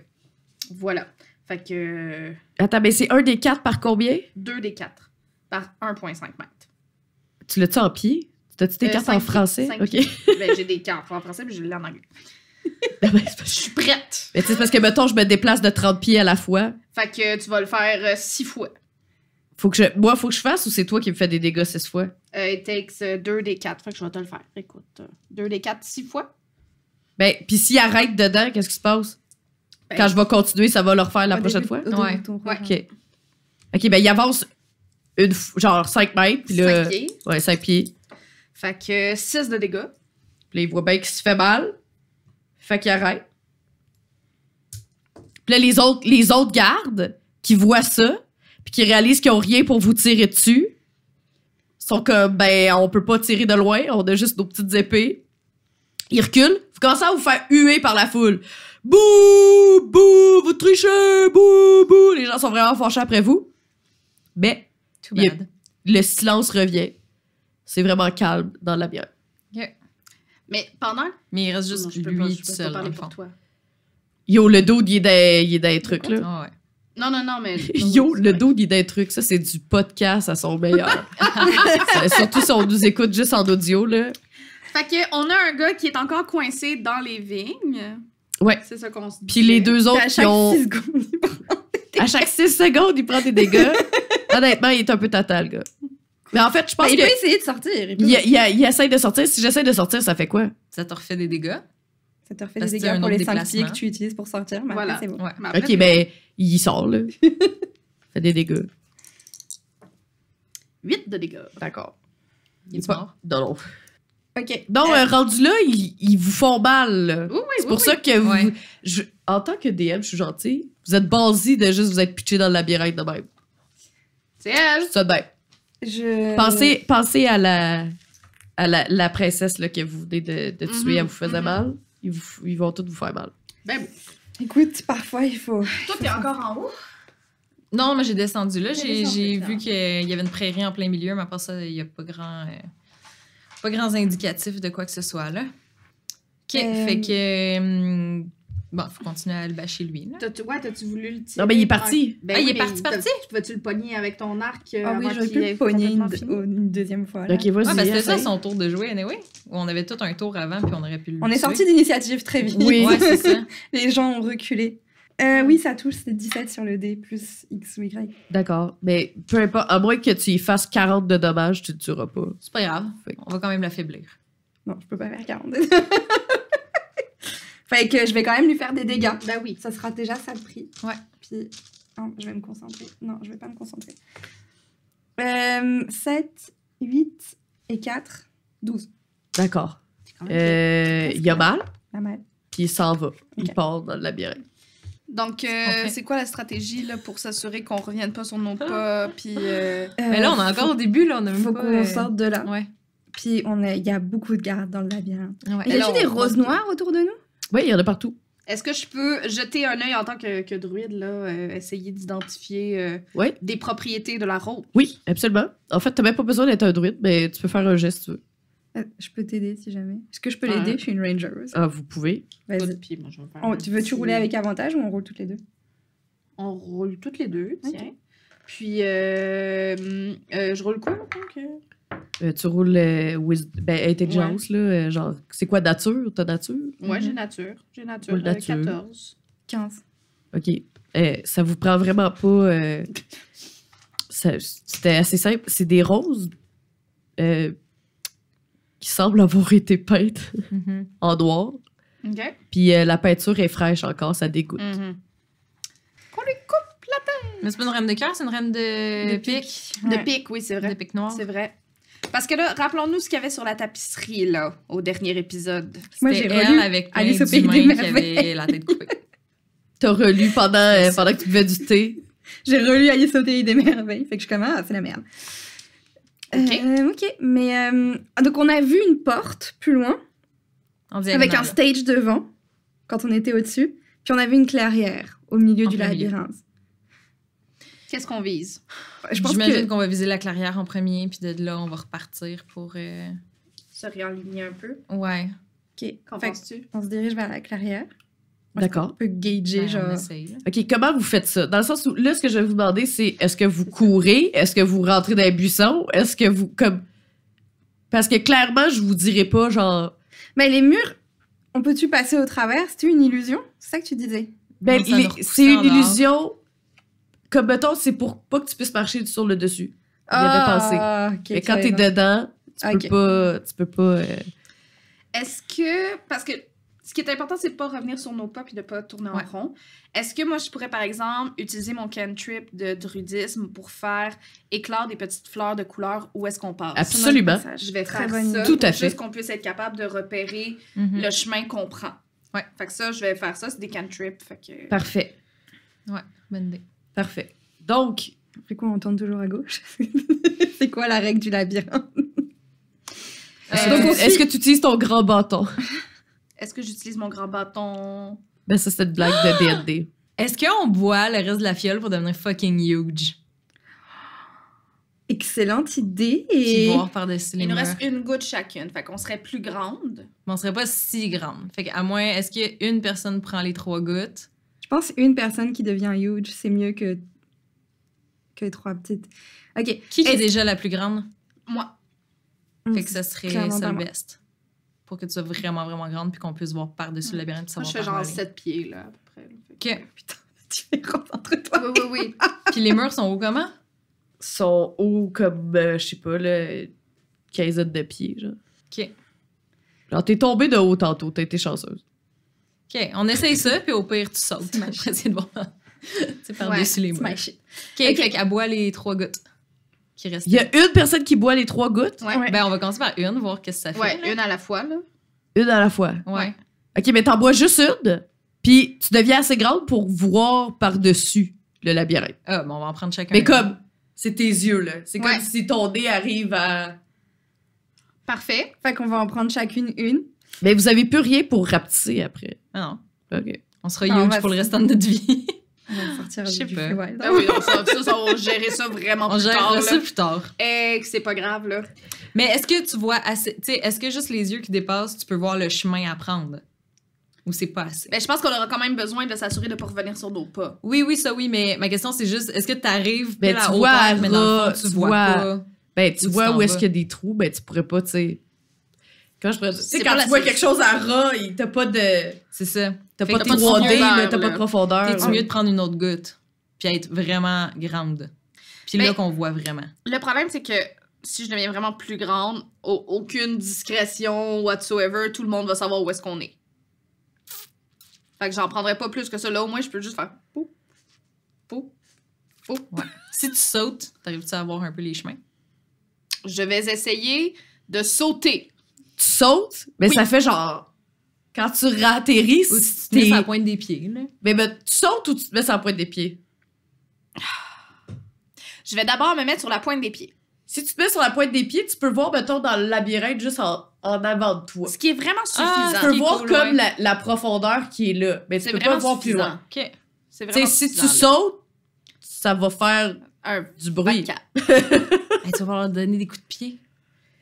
S3: Voilà. Fait que
S1: Attends, mais c'est un des quatre par combien?
S3: 2 des 4 par 1.5 mètres.
S1: Tu l'as-tu en pied? Tu as-tu tes
S3: Euh,
S1: cartes
S3: cinq
S1: en
S3: pieds,
S1: français?
S3: cinq
S1: OK.
S3: ben, j'ai des cartes en français, puis je l'ai en anglais.
S1: Ben, ben, c'est parce-
S3: Je suis prête!
S1: Mais tu sais, c'est parce que, mettons, je me déplace de 30 pieds à la fois.
S3: Fait que tu vas le faire 6 fois.
S1: Faut que je... Moi, faut que je fasse ou c'est toi qui me fais des dégâts 6 fois?
S3: Euh, it takes 2 des 4. Fait que je vais te le faire. Écoute, 2 des 4, 6 fois.
S1: Ben, puis s'il arrête dedans, qu'est-ce qui se passe?
S3: Ben,
S1: Quand je vais continuer, ça va le refaire la
S4: Au
S1: prochaine
S4: début-
S1: fois?
S4: au début
S2: Ouais.
S4: de ton
S3: Ouais.
S4: prochain.
S1: OK. OK, ben, il avance une f- genre 5 mètres, puis là.
S3: 5 pieds.
S1: Ouais, 5 pieds.
S3: Ben, Fait que 6 de dégâts.
S1: Puis là, il voit bien qu'il se fait mal. Fait qu'il arrête. Puis là, les autres, les autres gardes qui voient ça, puis qui réalisent qu'ils ont rien pour vous tirer dessus, sont comme, ben, on peut pas tirer de loin, on a juste nos petites épées. Ils reculent. Vous commencez à vous faire huer par la foule. Bouh! Bouh! Vous trichez! Bouh! Bouh! Les gens sont vraiment fâchés après vous. Mais
S2: Too
S1: Ben, Il y a-
S2: bad.
S1: le silence revient. C'est vraiment calme dans la bière.
S3: Mais pendant.
S2: Mais il reste juste
S3: Non, je peux
S2: lui
S3: pas- je
S2: tout
S3: peux
S2: seul,
S3: pas
S2: dans
S3: parler
S2: le
S3: pour
S2: fond.
S3: toi.
S1: Yo, le dos, il est dans, il est dans les trucs, là.
S2: Ah ouais.
S3: Non, non, non, mais.
S1: Yo, le dos il est d'un truc, ça c'est du podcast à son meilleur. Ça, surtout si on nous écoute juste en audio là.
S3: Fait que on a un gars qui est encore coincé dans les vignes.
S1: Ouais.
S3: C'est ça qu'on se dit.
S1: Puis les deux
S4: Puis à
S1: autres qui
S4: chaque
S1: ont
S4: six secondes, il prend-
S1: à chaque 6 secondes, il prend des dégâts. Honnêtement, il est un peu tata le gars. Mais en fait, je pense
S4: il
S1: que
S4: peut essayer de sortir. il peut-
S1: il, il- il essaye de sortir, si j'essaie de sortir, ça fait quoi
S2: Ça te refait des dégâts?
S4: Ça te refait
S2: Parce
S4: des
S2: que c'est
S4: dégâts
S2: un
S4: pour
S2: autre
S4: les 5 pieds
S2: déplacement.
S4: que tu utilises pour sortir. Mais
S3: Voilà.
S4: après, c'est bon.
S2: Ouais.
S3: Mais après,
S1: OK, ben il sort là. fait des dégâts.
S3: 8 de dégâts.
S1: D'accord.
S2: Il est
S1: Pas-
S2: mort.
S1: Non, non.
S4: Ok.
S1: Donc, euh, rendu là, ils, ils vous font mal. là.
S3: Oui, oui,
S1: C'est pour ça que vous.
S2: Ouais.
S1: je- en tant que DM, je suis gentille. Vous êtes basé de juste vous être pitché dans le labyrinthe de même.
S3: C'est elle.
S1: C'est ça de même.
S4: Je.
S2: Euh,
S1: Pensez, pensez à la, à la, la princesse là, que vous venez de, de tuer,
S3: Mhm,
S1: elle vous faisait
S3: mhm.
S1: mal. Ils, vous f- ils vont tous vous faire mal.
S3: Ben,
S4: Écoute, parfois il faut.
S3: toi, t'es encore en haut.
S2: Non, moi j'ai descendu là.
S3: T'as
S2: J'ai
S3: descendu,
S2: j'ai
S3: là.
S2: vu qu'il y avait une prairie en plein milieu, mais après ça, il n'y a pas grand. euh, pas grands indicatifs de quoi que ce soit là. Ok,
S4: Euh,
S2: fait que. hum, bon, faut continuer à le bâcher lui. Là.
S3: T'as-tu, ouais, t'as-tu voulu le tirer?
S1: Non, mais il est parti.
S3: Ben
S2: Ah, il
S3: oui,
S2: est
S3: mais
S2: parti,
S3: t'as-
S2: parti?
S3: Tu vas-tu le pogner avec ton arc? euh,
S4: Ah oui,
S3: avant
S4: j'aurais
S3: qu'il
S4: pu
S3: ait
S4: le pogner une,
S3: complètement fini?
S4: une deuxième fois. là.
S1: Ok, vas-y.
S2: Ouais, parce que
S1: essaye.
S2: ça, son tour de jouer, anyway. Où on avait tout un tour avant, puis on aurait pu le
S4: On est
S2: tuer.
S4: sorti d'initiative très vite.
S1: Oui.
S2: Ouais, c'est ça.
S4: Les gens ont reculé. Euh, oui, ça touche, c'est 17 sur le D, plus X ou Y.
S1: D'accord. Mais peu importe, à moins que tu y fasses 40 de dommages, tu ne tueras pas.
S2: C'est pas grave.
S1: Fait que-
S2: On va quand même l'affaiblir.
S4: Non, je peux pas faire 42. fait que je vais quand même lui faire des dégâts.
S3: Ben oui.
S4: Ça sera déjà ça le prix.
S2: Bah Ouais.
S4: Puis, non, je vais me concentrer. Non, je vais pas me concentrer. Euh, 7, 8 et 4, 12.
S1: D'accord.
S3: quand même
S1: Euh, il a mal,
S4: Pas mal.
S1: puis il s'en va. Il
S4: Ok.
S1: part dans le labyrinthe.
S3: Donc, euh,
S2: qu'on fait.
S3: c'est quoi la stratégie là, pour s'assurer qu'on revienne pas sur nos pas? Puis, euh,
S2: Mais là, on est encore au début, là. On a
S4: Il
S2: même
S4: faut
S2: pas,
S4: qu'on
S2: euh,
S4: sorte de là.
S2: Ouais.
S4: Puis, on est- il y a beaucoup de gardes dans le labyrinthe.
S2: ouais.
S4: Il y a
S3: Alors,
S4: des
S3: on-
S4: roses noires autour de nous
S1: Oui, il y en a partout.
S3: Est-ce que je peux jeter un œil en tant que, que druide, là, euh, essayer d'identifier euh,
S1: Ouais.
S3: des propriétés de la robe?
S1: Oui, absolument. En fait, tu même pas besoin d'être un druide, mais tu peux faire un geste si tu veux.
S4: Euh, Je peux t'aider si jamais. Est-ce que je peux
S3: Ouais.
S4: l'aider Je suis une ranger aussi.
S1: Ah, vous pouvez.
S4: Vas-y.
S3: Puis, moi, je vais faire
S4: On-
S3: un
S4: Oh, tu veux-tu
S3: petit-
S4: rouler avec avantage ou on roule toutes les deux
S3: On roule toutes les deux,
S4: Ok.
S3: tiens. Puis, euh, hum, euh, je roule quoi? Donc, euh,
S1: Euh, tu roules euh, wis- ben, intelligence, là. euh, genre, c'est quoi, nature? Ta nature?
S3: Ouais,
S2: Mhm.
S3: j'ai nature. J'ai nature.
S1: Roule
S3: euh,
S1: nature.
S3: 14.
S4: 15.
S1: OK. Euh, ça vous prend vraiment pas. euh, ça- C'était assez simple. C'est des roses euh, qui semblent avoir été peintes
S2: Mhm.
S1: en noir.
S3: OK.
S1: Puis euh, la peinture est fraîche encore, ça dégoûte.
S3: Mm. Mhm. Qu'on lui coupe
S2: Mais c'est pas une reine de cœur, c'est une reine de,
S4: De
S2: pique.
S3: de pique, oui, c'est
S2: De
S3: vrai.
S2: pique noire.
S3: C'est vrai. Parce que là, rappelons-nous ce qu'il y avait sur la tapisserie, là, au dernier épisode.
S4: Moi,
S2: C'était
S4: j'ai
S2: elle
S4: relu
S2: avec plein
S4: Alice au Pays des
S2: d'humains qui
S4: Merveilles.
S2: avait la tête coupée.
S1: T'as relu pendant, euh, pendant que tu buvais du thé.
S4: J'ai relu Alice au pays des merveilles, fait que je suis comme ah c'est la merde.
S3: Ok.
S4: Euh, ok, mais euh, donc on a vu une porte plus loin
S2: En
S4: avec un
S2: diagonale.
S4: stage devant quand on était au-dessus, puis on a vu une clairière au milieu
S2: En
S4: du
S2: plein milieu.
S4: labyrinthe.
S3: Qu'est-ce qu'on vise?
S4: Je pense
S2: J'imagine
S4: que
S2: qu'on va viser la clairière en premier, puis de là, on va repartir pour. euh, ben,
S3: Se réaligner un peu.
S2: Ouais.
S4: Ok.
S3: Qu'en
S4: Fait
S3: penses-tu?
S4: qu'on se dirige vers la clairière. Moi,
S1: D'accord.
S4: On peut gager
S2: ben, on
S4: genre.
S2: essaye, là.
S1: OK, comment vous faites ça? Dans le sens où, là, ce que je vais vous demander, c'est est-ce que vous courez? Est-ce que vous rentrez dans les buissons? Est-ce que vous. comme Parce que clairement, je vous dirais pas, genre.
S4: Mais les murs, on peut-tu passer au travers C'est une illusion C'est ça que tu disais
S1: Ben,
S2: Non, ça
S1: il est-
S2: nous repoussait
S1: c'est une
S2: en dehors.
S1: illusion. Comme mettons, c'est pour pas que tu puisses marcher sur le dessus. Il y
S4: Ah, ok,
S1: Mais
S4: tu
S1: quand
S4: as
S1: t'es
S4: raison.
S1: dedans, tu
S4: Ok.
S1: peux pas. Tu peux pas. euh,
S3: Est-ce que. Parce que ce qui est important, c'est de pas revenir sur nos pas puis de pas tourner
S2: Ouais.
S3: en rond. Est-ce que moi, je pourrais, par exemple, utiliser mon cantrip de druidisme pour faire éclore des petites fleurs de couleur où est-ce qu'on passe?
S1: Absolument.
S3: Je vais
S4: Très
S3: faire
S4: bonne
S3: ça.
S4: idée.
S1: Tout à
S3: Juste
S1: fait.
S3: qu'on puisse être capable de repérer
S4: Mm-hmm.
S2: Mhm.
S3: le chemin qu'on prend.
S2: Ouais.
S3: Fait que ça, je vais faire ça, c'est des cantrips. Fait que.
S1: Parfait.
S2: Bonne idée.
S1: Parfait. Donc,
S4: Après quoi, on tourne toujours à gauche C'est quoi la règle du labyrinthe
S1: est-ce
S3: Euh,
S1: que-
S4: donc on
S1: est-ce que tu utilises ton grand bâton?
S3: Est-ce que j'utilise mon grand bâton?
S1: Ben, ça, c'est une blague de DD.
S2: Est-ce qu'on boit le reste de la fiole pour devenir fucking huge?
S4: Excellente idée.
S2: Puis
S4: Et...
S2: boire par-dessus les
S3: Il nous
S2: murs.
S3: reste une goutte chacune. Fait qu'on serait plus grande.
S2: Mais on serait pas si grande. Fait qu'à moins, est-ce qu'une personne prend les trois gouttes?
S4: Je pense une personne qui devient huge, c'est mieux que que trois petites. Ok.
S2: Qui est
S4: Est-ce-
S2: déjà la plus grande?
S3: Moi,
S2: Fait que ça serait
S4: clairement
S2: ça
S4: pas
S2: le
S4: moi.
S2: best. Pour que tu sois vraiment, vraiment grande puis qu'on puisse voir par-dessus le labyrinthe puis
S3: moi je
S2: savoir
S3: fais
S2: par où
S3: genre
S2: aller.
S3: 7 pieds, là, à peu près. Fait que-
S2: Ok.
S4: Putain, la différence entre toi.
S3: Oui, oui, oui.
S2: Puis les murs sont hauts comment?
S1: sont hauts comme, euh, je sais pas, là, quinzaine de pieds, genre.
S2: Ok.
S1: Genre, t'es tombé de haut tantôt, t'as été chanceuse.
S2: Ok, on essaye ça, puis au pire, tu sautes. Après, c'est bon. c'est par-dessus les murs.
S4: C'est my
S2: Ok,
S4: shit.
S2: fait qu'elle boit les trois gouttes. qui
S1: Il y a
S2: restait.
S1: une personne qui boit les trois gouttes,
S3: Ouais.
S2: Ben, on va commencer par une, voir qu'est-ce que ça fait.
S3: Ouais,
S2: là.
S3: une à la fois, là.
S1: une à la fois.
S2: Ouais.
S1: OK, mais t'en bois juste une, puis tu deviens assez grande pour voir par-dessus le labyrinthe.
S2: Ah, bon, on va en prendre chacun.
S1: Mais comme, c'est tes yeux, là. C'est
S3: Ouais.
S1: comme si ton nez arrive à...
S3: Parfait.
S4: Fait qu'on va en prendre chacune une.
S1: Mais vous avez plus rien pour rapetisser après.
S2: Ah non.
S1: OK.
S2: On sera
S4: Non, on va-
S2: huge pour le restant de notre vie.
S4: On va sortir
S2: Je sais
S4: du
S2: pas.
S4: feu, ouais.
S3: Ben oui, on, ça, ça, ça, on va gérer ça vraiment
S2: Ah on
S3: plus tard.
S2: gère
S3: là.
S2: ça plus tard.
S3: Eh, que c'est pas grave, là.
S2: Mais est-ce que tu vois assez. Tu sais, est-ce que juste les yeux qui dépassent, tu peux voir le chemin à prendre? Ou c'est pas assez?
S3: Ben, je pense qu'on aura quand même besoin de s'assurer de ne pas revenir sur nos pas.
S2: Oui, oui, ça oui, mais ma question c'est juste, est-ce que t'arrives
S1: Ben,
S2: pile à
S1: tu vois,
S2: hauteur, mais dans le
S1: Ra,
S2: fond, tu,
S1: tu
S2: vois,
S1: vois.
S2: pas?
S1: Ben, tu
S2: Ou tu
S1: vois
S2: t'en
S1: où est-ce
S2: vas.
S1: qu'il y a des trous, ben, tu pourrais pas, tu sais... Quand je pourrais... Tu sais,
S3: C'est
S1: quand
S3: pas la
S1: tu vois
S3: seule-
S1: quelque chose à ras, il- t'as pas de...
S2: C'est ça.
S1: T'as
S2: Fait
S1: pas
S2: que
S1: de
S2: t'as pas de
S1: 3D, là, t'as
S3: profondeur,
S1: pas
S3: là.
S1: de profondeur.
S2: T'es-tu
S1: Ouais.
S2: mieux de prendre une autre goutte, puis être vraiment grande? Puis
S3: Ben-
S2: là qu'on voit vraiment.
S3: Le problème, c'est que si je deviens vraiment plus grande, au- aucune discrétion whatsoever, tout le monde va savoir où est-ce qu'on est. Fait que j'en prendrai pas plus que ça. Là, au moins, je peux juste faire pou, pou.
S2: Si tu sautes, t'arrives-tu à voir un peu les chemins?
S3: Je vais essayer de sauter.
S1: Tu sautes, mais
S3: Oui.
S1: ça fait genre... Quand tu ratterris,
S2: Ou si tu te
S1: t'es-
S2: mets sur la pointe des pieds, là?
S1: Mais ben, tu sautes ou tu te mets sur la pointe des pieds?
S3: Je vais d'abord me mettre sur la pointe des pieds.
S1: Si tu te mets sur la pointe des pieds, tu peux voir, mettons, dans le labyrinthe juste en, en avant de toi.
S3: Ce qui est vraiment suffisant.
S2: Ah,
S1: Tu peux
S2: qui est
S1: voir
S2: cool,
S1: comme
S2: ouais.
S1: la, la profondeur qui est là, mais tu
S3: C'est
S1: peux pas
S3: vraiment
S1: voir plus
S3: suffisant.
S1: loin.
S2: Ok.
S1: Tu sais,
S3: C'est vraiment
S1: si tu
S3: suffisant, là.
S1: sautes, ça va faire
S3: Un
S1: du bruit.
S3: 24.
S2: Hey, tu vas leur donner des coups de pied.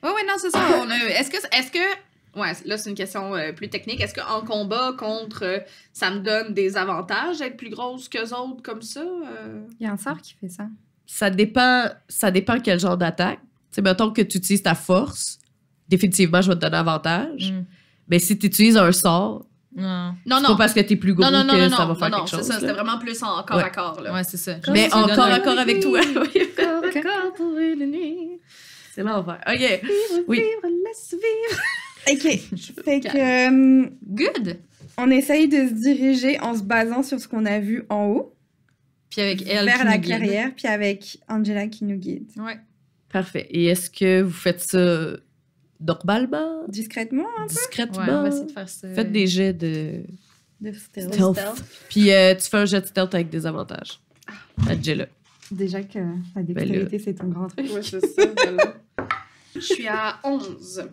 S3: Ouais, ouais, non, c'est ça. On a- Est-ce que, est-ce que, ouais, là c'est une question euh, plus technique. Est-ce qu'en combat contre, euh, ça me donne des avantages d'être plus grosse que autres comme ça euh?
S4: Il y a un sort qui fait ça.
S1: Ça dépend, ça dépend quel genre d'attaque. Tu sais, mettons que tu utilises ta force, définitivement, je vais te donner avantage.
S2: Mm.
S1: Mais si tu utilises un sort,
S2: Non.
S3: Non,
S1: c'est pas
S3: non.
S1: parce que t'es plus gros
S3: non, non, non,
S1: que
S3: non,
S1: ça
S3: non,
S1: va faire
S3: non, non,
S1: quelque chose.
S3: c'est ça. C'était
S1: là.
S3: vraiment plus en corps
S1: Ouais.
S3: à corps là.
S2: Ouais, c'est ça.
S1: mais
S2: Tu lui donnes
S1: encore,
S2: un-
S1: encore avec toi. oui.
S4: Encore,
S3: pour une nuit.
S1: c'est l'enfer. OK. Oui.
S3: laisse vivre.
S4: Ok. Fait que, euh,
S2: Good!
S4: on essaye de se diriger en se basant sur ce qu'on a vu en haut,
S2: Puis avec elle. qui
S4: vers la
S2: nous guide.
S4: clairière, puis avec Angela qui nous guide.
S2: Ouais.
S1: Parfait. Et est-ce que vous faites ça normalement,
S4: Discrètement, hein.
S1: discrètement?
S2: Ouais, euh, on va essayer de faire ça.
S1: Faites des jets de...
S4: de stealth.
S1: Stealth. Puis euh, tu fais un jet de stealth avec des avantages.
S2: Ah.
S1: Angela.
S4: Déjà que la
S1: dextérité,
S4: c'est ton grand truc.
S3: Ouais, c'est ça. voilà. Je suis à 11.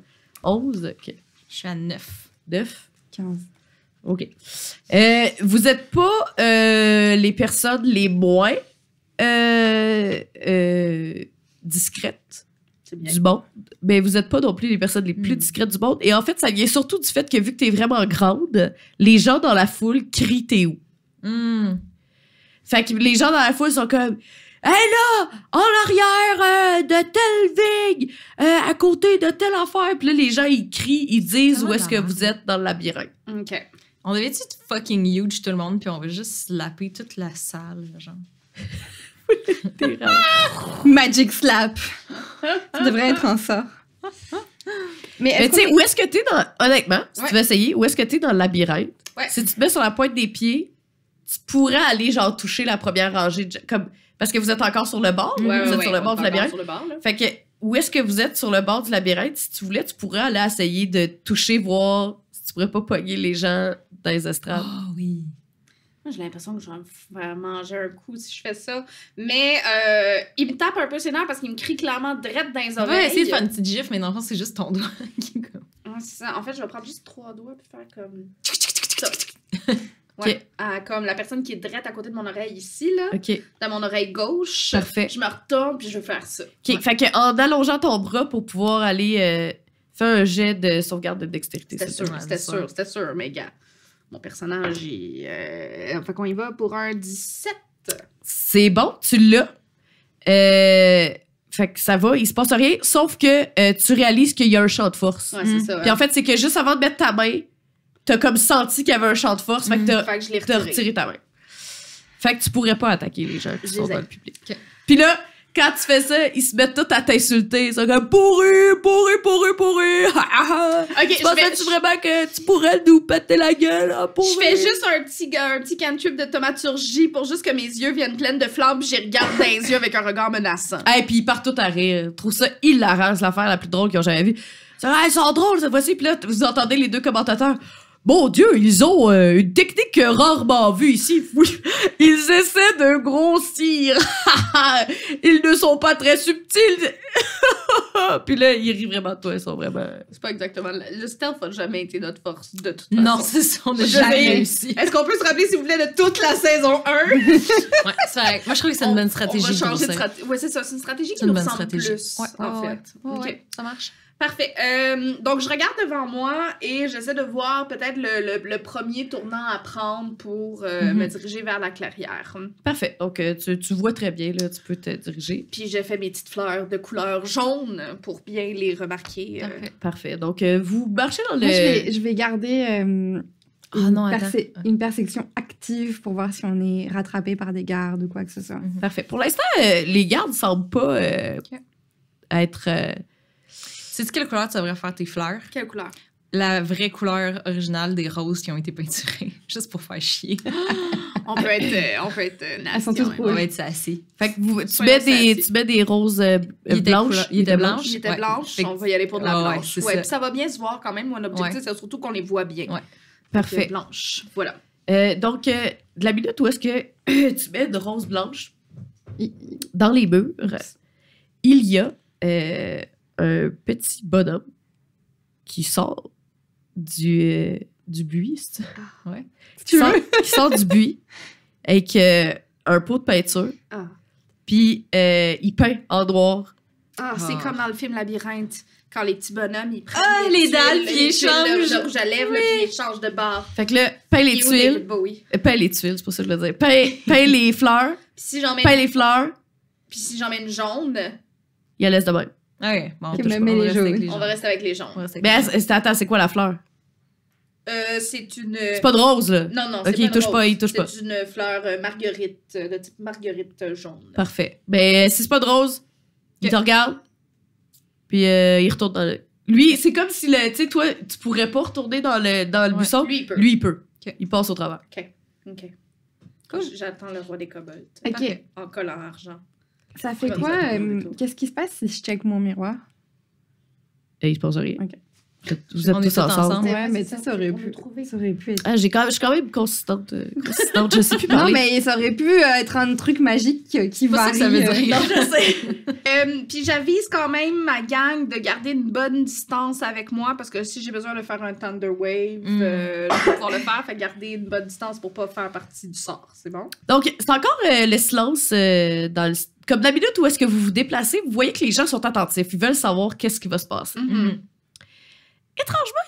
S1: 11, OK.
S2: Je suis à 9.
S1: 9,
S4: 15.
S1: OK. Euh, vous n'êtes pas euh, les personnes les moins euh, euh, discrètes
S3: C'est bien.
S1: du monde, mais vous n'êtes pas non plus les personnes les plus
S2: Hmm.
S1: discrètes du monde. Et en fait, ça vient surtout du fait que vu que tu es vraiment grande, les gens dans la foule crient t'es où.
S2: Hum.
S1: Fait que les gens dans la foule sont comme Hé là, en arrière euh, de telle vigue, euh, à côté de telle affaire. Puis là, les gens, ils crient, ils disent
S2: Comment
S1: où est-ce que
S2: dans-
S1: vous êtes dans le labyrinthe.
S3: Ok.
S2: On devait-tu être fucking huge tout le monde, puis on va juste slapper toute la salle, genre.
S1: T'es rare.
S4: Magic slap. Ça devrait être un sort. Mais
S1: Mais
S4: est-ce
S1: tu sais, où est-ce que t'es dans. Honnêtement, si
S3: Ouais.
S1: tu veux essayer, où est-ce que t'es dans le labyrinthe?
S3: Ouais.
S1: Si tu te mets sur la pointe des pieds, tu pourrais aller, genre, toucher la première rangée. de- Comme... Parce que vous êtes encore sur le bord.
S3: Ouais, ouais,
S1: vous êtes
S3: ouais,
S1: sur le
S3: on
S1: bord
S3: est
S1: du
S3: encore
S1: labyrinthe.
S3: Sur le bord, là.
S1: Fait que, où est-ce que vous êtes sur le bord du labyrinthe? Si tu voulais, tu pourrais aller essayer de toucher, voir si tu pourrais pas pogner les gens dans les estrades.
S2: Ah oui.
S3: Moi, j'ai l'impression que je vais me faire manger un coup si je fais ça. Mais euh, il me tape un peu ses nerfs parce qu'il me crie clairement drette dans les
S2: On va
S3: oreilles.
S2: essayer de faire une petite gif, mais dans le fond, c'est juste ton doigt qui est comme.
S3: Ouais, c'est ça. En fait, je vais prendre juste trois doigts puis faire comme.
S1: Ok.
S3: Ouais. Ah, comme la personne qui est drette à côté de mon oreille ici, là,
S1: OK,
S3: dans mon oreille gauche.
S1: parfait.
S3: Je me retourne puis je vais faire ça.
S1: OK, fait que en allongeant ton bras pour pouvoir aller euh, faire un jet de sauvegarde de dextérité.
S3: C'était
S1: s'il te
S3: sûr,
S1: plaît.
S2: mal,
S3: c'était
S2: ça.
S3: sûr, c'était sûr, mais gars. Mon personnage, il. euh, Fait qu'on y va pour un 17.
S1: C'est bon, tu l'as. Euh, fait que ça va, il se passe rien, sauf que euh, tu réalises qu'il y a un champ de force.
S3: Ouais,
S2: Mm.
S3: c'est ça. hein.
S1: Puis en fait, c'est que juste avant de mettre ta main, t'as comme senti qu'il y avait un champ de force, fait que
S2: Mm.
S1: t'as
S3: Mhm. Fait que je l'ai
S1: t'as
S3: retiré.
S1: retiré ta main. Fait que tu pourrais pas attaquer les gens qui
S3: Je
S1: sont
S3: les ai.
S1: dans le public.
S2: Ok.
S1: Puis là, quand tu fais ça, ils se mettent tous à t'insulter. Ils sont comme pourru, pourru, pourru, pourru. Ah, ah, ah.
S3: Ok,
S1: Tu
S3: je fais,
S1: pensais-tu vraiment que tu pourrais nous péter la gueule? Ah,
S3: je- je
S1: pourru.
S3: fais juste un petit, un petit cantrip de tomaturgie pour juste que mes yeux viennent pleins de flammes puis j'y regarde dans les yeux avec un regard menaçant.
S1: Et puis ils partent tous à rire. Je trouve ça hilarant, c'est l'affaire la plus drôle qu'ils ont jamais vue. C'est vrai, Ils sont drôles cette fois-ci. Puis là, vous entendez les deux commentateurs. Mon Dieu, ils ont euh, une technique rarement vue ici. Oui, ils essaient de grossir. ils ne sont pas très subtils. Puis là, ils rient vraiment de toi. Ils sont vraiment...
S3: C'est pas exactement... Le stealth n'a jamais été notre force de toute façon.
S2: Non, c'est ça, on n'a
S3: Je
S2: jamais
S3: vais-
S2: réussi.
S3: Est-ce qu'on peut se rappeler, s'il vous plaît, de toute la saison 1?
S2: Ouais, c'est vrai. Moi, je trouve que c'est une bonne stratégie.
S3: On va
S2: pour
S3: changer de
S2: ça.
S3: stratégie. Ouais, c'est ça. C'est une stratégie
S2: C'est
S3: qui
S2: une
S3: nous
S2: bonne
S3: ressemble
S2: stratégie.
S3: plus,
S2: Ouais,
S3: en
S2: ouais,
S3: fait.
S2: ouais,
S3: Ok.
S2: ouais, ça marche.
S3: Parfait. Euh, donc, je regarde devant moi et j'essaie de voir peut-être le, le- le premier tournant à prendre pour euh,
S2: Mhm.
S3: me diriger vers la clairière.
S1: Parfait. Donc, euh, tu, tu vois très bien, là, tu peux te diriger.
S3: Puis, je fais mes petites fleurs de couleur jaune pour bien les remarquer. euh.
S2: Parfait.
S1: Parfait. Donc, euh, vous marchez dans le...
S4: Moi, je vais, je vais garder euh,
S2: Ah
S4: une,
S2: non, attends.
S4: perse- une perception active pour voir si on est rattrapé par des gardes ou quoi que ce soit.
S1: Parfait. Pour l'instant, euh, les gardes semblent pas euh,
S2: Ok.
S1: être... euh,
S2: C'est quelle couleur tu devrais faire tes fleurs?
S3: Quelle couleur?
S2: La vraie couleur originale des roses qui ont été peinturées, juste pour faire chier.
S3: On peut être, euh, on peut être euh, nazi
S4: Elles sont toutes
S3: quand même.
S2: On va être ça assez.
S1: Fait que vous, tu,
S3: Ouais,
S1: mets
S3: on
S1: des,
S3: s'est
S1: tu mets des roses euh,
S2: Il était
S1: blanches.
S2: couleur- il était blanc.
S3: Il était
S2: Ouais.
S3: blanche,
S2: Fait que-
S3: on va y aller pour de la
S2: Ah ouais,
S3: blanche.
S2: c'est
S3: Ouais,
S2: ça.
S3: puis ça va bien se voir quand même. Mon objectif, c'est surtout qu'on les voit bien.
S2: Ouais.
S1: Parfait.
S3: Blanche, voilà.
S1: Euh, donc, euh, de la minute où est-ce que tu mets une rose blanche
S4: Il-
S1: dans les murs, il y a euh, un petit bonhomme qui sort du, euh, du buis. c'est ça?
S3: Ah.
S2: Ouais.
S1: Qui, sort, qui sort du buis avec euh, un pot de peinture.
S3: Ah.
S1: Puis, euh, il peint en noir.
S3: Ah, c'est
S2: Ah.
S3: comme dans le film Labyrinthe, quand les petits bonhommes, ils prennent
S2: Ah, les
S3: tuiles,
S2: dalles, puis ils
S3: tuiles, le-
S2: changent.
S3: le rouge à lèvres, là, puis ils changent de barre.
S1: Fait que là, peint les
S3: Il est où David
S1: tuiles.
S3: Bowie?
S1: euh, Peint les tuiles, c'est pour ça que je le dis. Peint, peint les fleurs.
S3: Puis si j'en mets,
S1: Peint les fleurs.
S3: puis si j'en mets une jaune,
S1: Il la laisse de même.
S2: Ouais, bon,
S4: Ok,
S2: touche
S4: mais
S2: pas,
S4: mets
S2: on Ben,
S4: les
S2: reste avec
S4: jaunes.
S2: les
S3: on
S2: jaunes.
S3: va rester avec les
S2: On
S3: jaunes.
S2: reste avec
S1: Mais
S2: les
S1: elle- c'est- attends, c'est quoi la fleur?
S3: Euh, c'est une...
S1: C'est pas de rose, là.
S3: Non, non, c'est
S1: Ok, il
S3: pas une
S1: touche pas,
S3: rose.
S1: il touche pas.
S3: C'est une fleur euh, marguerite, euh, de type marguerite euh, jaune.
S1: Parfait. Ben, si c'est pas de rose, il
S2: Ok.
S1: te regarde, puis euh, il retourne dans le. Lui, c'est comme si, le- tu sais, toi, tu pourrais pas retourner dans le, dans le
S2: Ouais.
S1: buisson.
S3: Lui, il peut.
S1: Oh. Lui, il peut.
S2: Ok.
S1: Il passe au travers.
S3: OK. J'attends le roi des kobolds.
S4: Ok.
S2: Parfait.
S3: En collant argent.
S4: Ça fait
S3: Comme
S4: quoi
S3: ça,
S4: euh,
S3: plutôt.
S4: Qu'est-ce qui se passe si je check mon miroir
S1: Et il se passe rien.
S4: Ok.
S1: Vous êtes
S2: On est
S1: tous
S2: tous
S1: ensemble.
S2: ensemble.
S4: Ouais,
S3: Ouais,
S4: mais
S3: c'est
S4: ça,
S3: ça,
S4: ça aurait
S3: on
S4: pu.
S3: l'a trouvé.
S4: Ça aurait pu être.
S1: Ah, j'ai quand même, je suis quand même consistante. euh, consistante, je sais plus
S4: Non,
S1: parler.
S4: mais ça aurait pu euh, être un truc magique euh, qui
S2: C'est pas ça
S4: varie.
S2: que ça veut
S4: euh,
S2: dire.
S3: Euh, Puis j'avise quand même ma gang de garder une bonne distance avec moi parce que si j'ai besoin de faire un Thunder Wave,
S2: Mm.
S3: euh, je vais pouvoir le faire. Fait garder une bonne distance pour pas faire partie du sort, c'est bon?
S1: Donc, c'est encore euh, le silence euh, dans le- Comme la minute où est-ce que vous vous déplacez, vous voyez que les gens sont attentifs. Ils veulent savoir qu'est-ce qui va se passer.
S2: Mhm.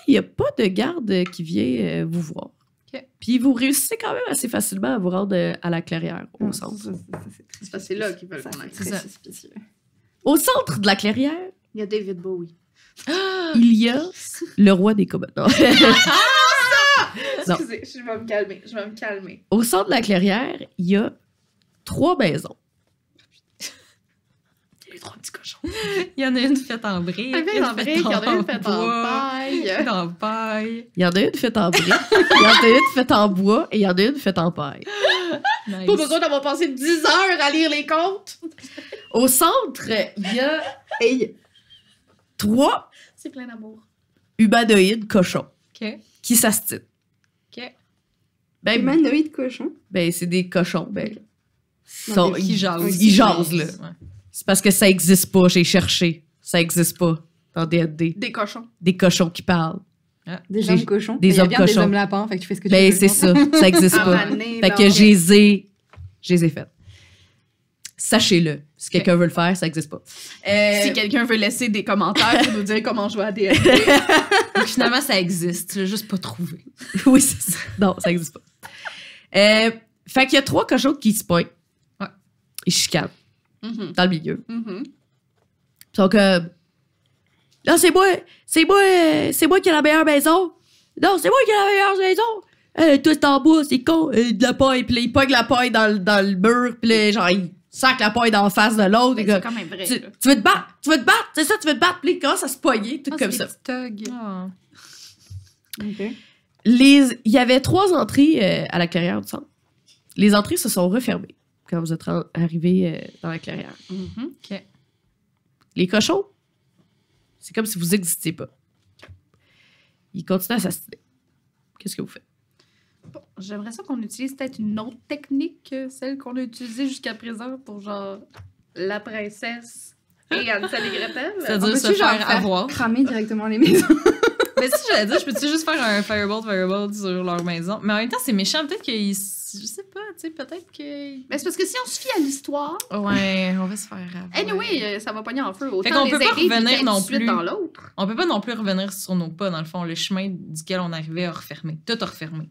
S1: il n'y a pas de garde euh, qui vient euh, vous voir.
S2: Ok.
S1: Puis vous réussissez quand même assez facilement à vous rendre euh, à la clairière, au
S4: non, ça,
S1: centre.
S4: ça, ça, ça, Ah, c'est très
S3: C'est parce que c'est là qu'ils veulent
S4: ça,
S3: qu'on aille.
S4: c'est
S2: C'est
S4: très
S2: ça.
S4: suspicieux.
S1: Au centre de la clairière,
S3: Il y a David Bowie.
S1: il y a le roi des kobolds. Non. Non.
S3: Excusez, je vais me calmer. Je vais me calmer.
S1: au centre de la clairière, il y a trois maisons.
S3: Les trois petits cochons.
S2: Il y en a une faite en brique.
S3: Il y en a une faite en
S2: bois,
S3: paille.
S2: une en paille.
S1: Il y en a une faite en briques, il y en a une faite en bois et il y en a une faite en paille.
S2: Nice.
S3: Pas besoin d'avoir passé 10 heures à lire les contes.
S1: Au centre, il y a trois
S3: C'est plein d'amour.
S1: humanoïdes cochons
S2: Ok.
S1: qui s'astinent.
S2: Ok.
S1: Ben,
S4: Humanoïde cochon.
S1: ben, c'est des cochons. Ben,
S4: Ok.
S1: Ils sont-
S2: Qui jase.
S1: Ils jasent, là. C'est parce que ça existe pas, j'ai cherché. Ça existe pas dans D&D.
S3: Des cochons.
S1: Des cochons qui parlent.
S4: Des
S1: Des-
S4: hommes cochons.
S1: des
S4: Mais Ben, il y a
S1: hommes
S4: bien Des
S1: cochons.
S4: hommes lapins, fait que tu fais ce que tu veux.
S1: Ben, c'est ça. Ça existe
S3: À
S1: pas.
S3: maner,
S1: Fait
S3: là.
S1: que je les ai... Je les ai faites. Sachez-le. Si quelqu'un veut le faire, ça existe pas. Euh,
S3: Si quelqu'un veut laisser des commentaires pour nous dire comment jouer à D&D.
S2: Donc, finalement, ça existe. Tu l'as juste pas trouvé.
S1: oui, c'est ça. Non, ça existe pas. Euh, fait qu'il y a trois cochons qui se pointent.
S2: Ouais.
S1: Ils chicanent
S3: Mhm,
S1: dans le milieu.
S3: mhm.
S1: Ils sont comme... Non, c'est moi! C'est moi! euh, C'est moi qui ai la meilleure maison! Non, c'est moi qui ai la meilleure maison! Euh, tout est en bois, c'est con! Euh, de la paille! Puis là, ils pognent la paille dans, le- dans le mur, puis là, genre, ils sac la poille d'en face de l'autre.
S3: Ben,
S1: et comme,
S3: c'est quand même vrai.
S1: tu,
S3: là.
S1: tu veux te battre, tu veux te battre, c'est ça, tu veux te battre. Puis là, il commence à se poigner, tout
S3: Ah,
S1: comme
S3: c'est
S1: ça.
S3: des petits thugs.
S2: Ah.
S1: Les- il y avait trois entrées euh, à la clairière du centre. Les entrées se sont refermées quand vous êtes arrivé dans la clairière.
S3: Mhm.
S1: Les cochons, c'est comme si vous n'existiez pas. Ils continuent à s'assiner. Qu'est-ce que vous faites?
S3: Bon, J'aimerais ça qu'on utilise peut-être une autre technique que celle qu'on a utilisée jusqu'à présent pour genre la princesse et Hansel et Gretel.
S2: C'est-à-dire
S4: peut-tu
S2: se
S4: genre
S2: faire
S4: faire-
S2: avoir.
S4: Cramer directement les maisons.
S2: Mais si j'allais dire, je peux-tu juste faire un firebolt, firebolt sur leur maison? Mais en même temps, c'est méchant. Peut-être qu'ils. Je sais pas, tu sais, peut-être que.
S3: Mais Ben, c'est parce que si on se fie à l'histoire,
S2: Ouais, on va se faire avoir.
S3: anyway, euh, ça va pogner en feu. Autant
S2: Fait qu'on
S3: les
S2: peut pas
S3: aider puis
S2: revenir
S3: qu'ils aillent
S2: non
S3: tout de suite
S2: plus.
S3: dans l'autre.
S2: On peut pas non plus revenir sur nos pas, dans le fond. Le chemin duquel on arrivait à refermer. Tout a refermé.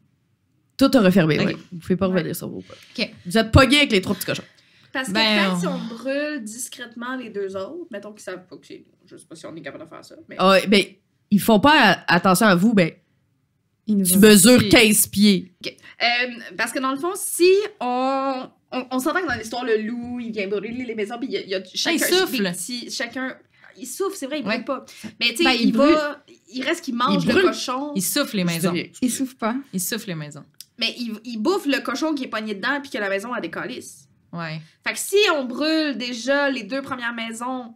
S1: Tout a refermé,
S2: Ok.
S1: ouais. Vous ne pouvez pas revenir sur vos pas.
S2: Ok.
S1: Vous êtes pognés avec les trois petits cochons.
S3: Parce que
S2: Ben,
S3: peut-être si
S2: on-
S3: on brûle discrètement les deux autres, mettons qu'ils savent pas que c'est nous. Je sais pas si on est capable de faire ça. Mais...
S1: Ah, ben, ils font pas attention à vous, ben,
S4: Ils nous
S1: tu
S4: ont-
S1: mesures
S2: pieds.
S1: 15 pieds.
S3: Euh, parce que dans le fond, si on. On, on s'entend que dans l'histoire, le loup, il vient brûler les maisons, puis il y a, il y a chacun.
S2: il souffle.
S3: des petits- chacun. Il souffle, c'est vrai, il
S2: Ouais.
S3: brûle pas. Mais tu sais,
S4: Ben,
S3: il,
S4: il
S3: va. Il reste qu'il mange
S1: Il
S3: le
S1: brûle.
S3: cochon.
S2: Ils soufflent les maisons.
S4: Ils souffrent pas.
S2: Ils soufflent les maisons.
S3: Mais il, il bouffe le cochon qui est pogné dedans, puis que la maison a des calices.
S2: Ouais.
S3: Fait que si on brûle déjà les deux premières maisons,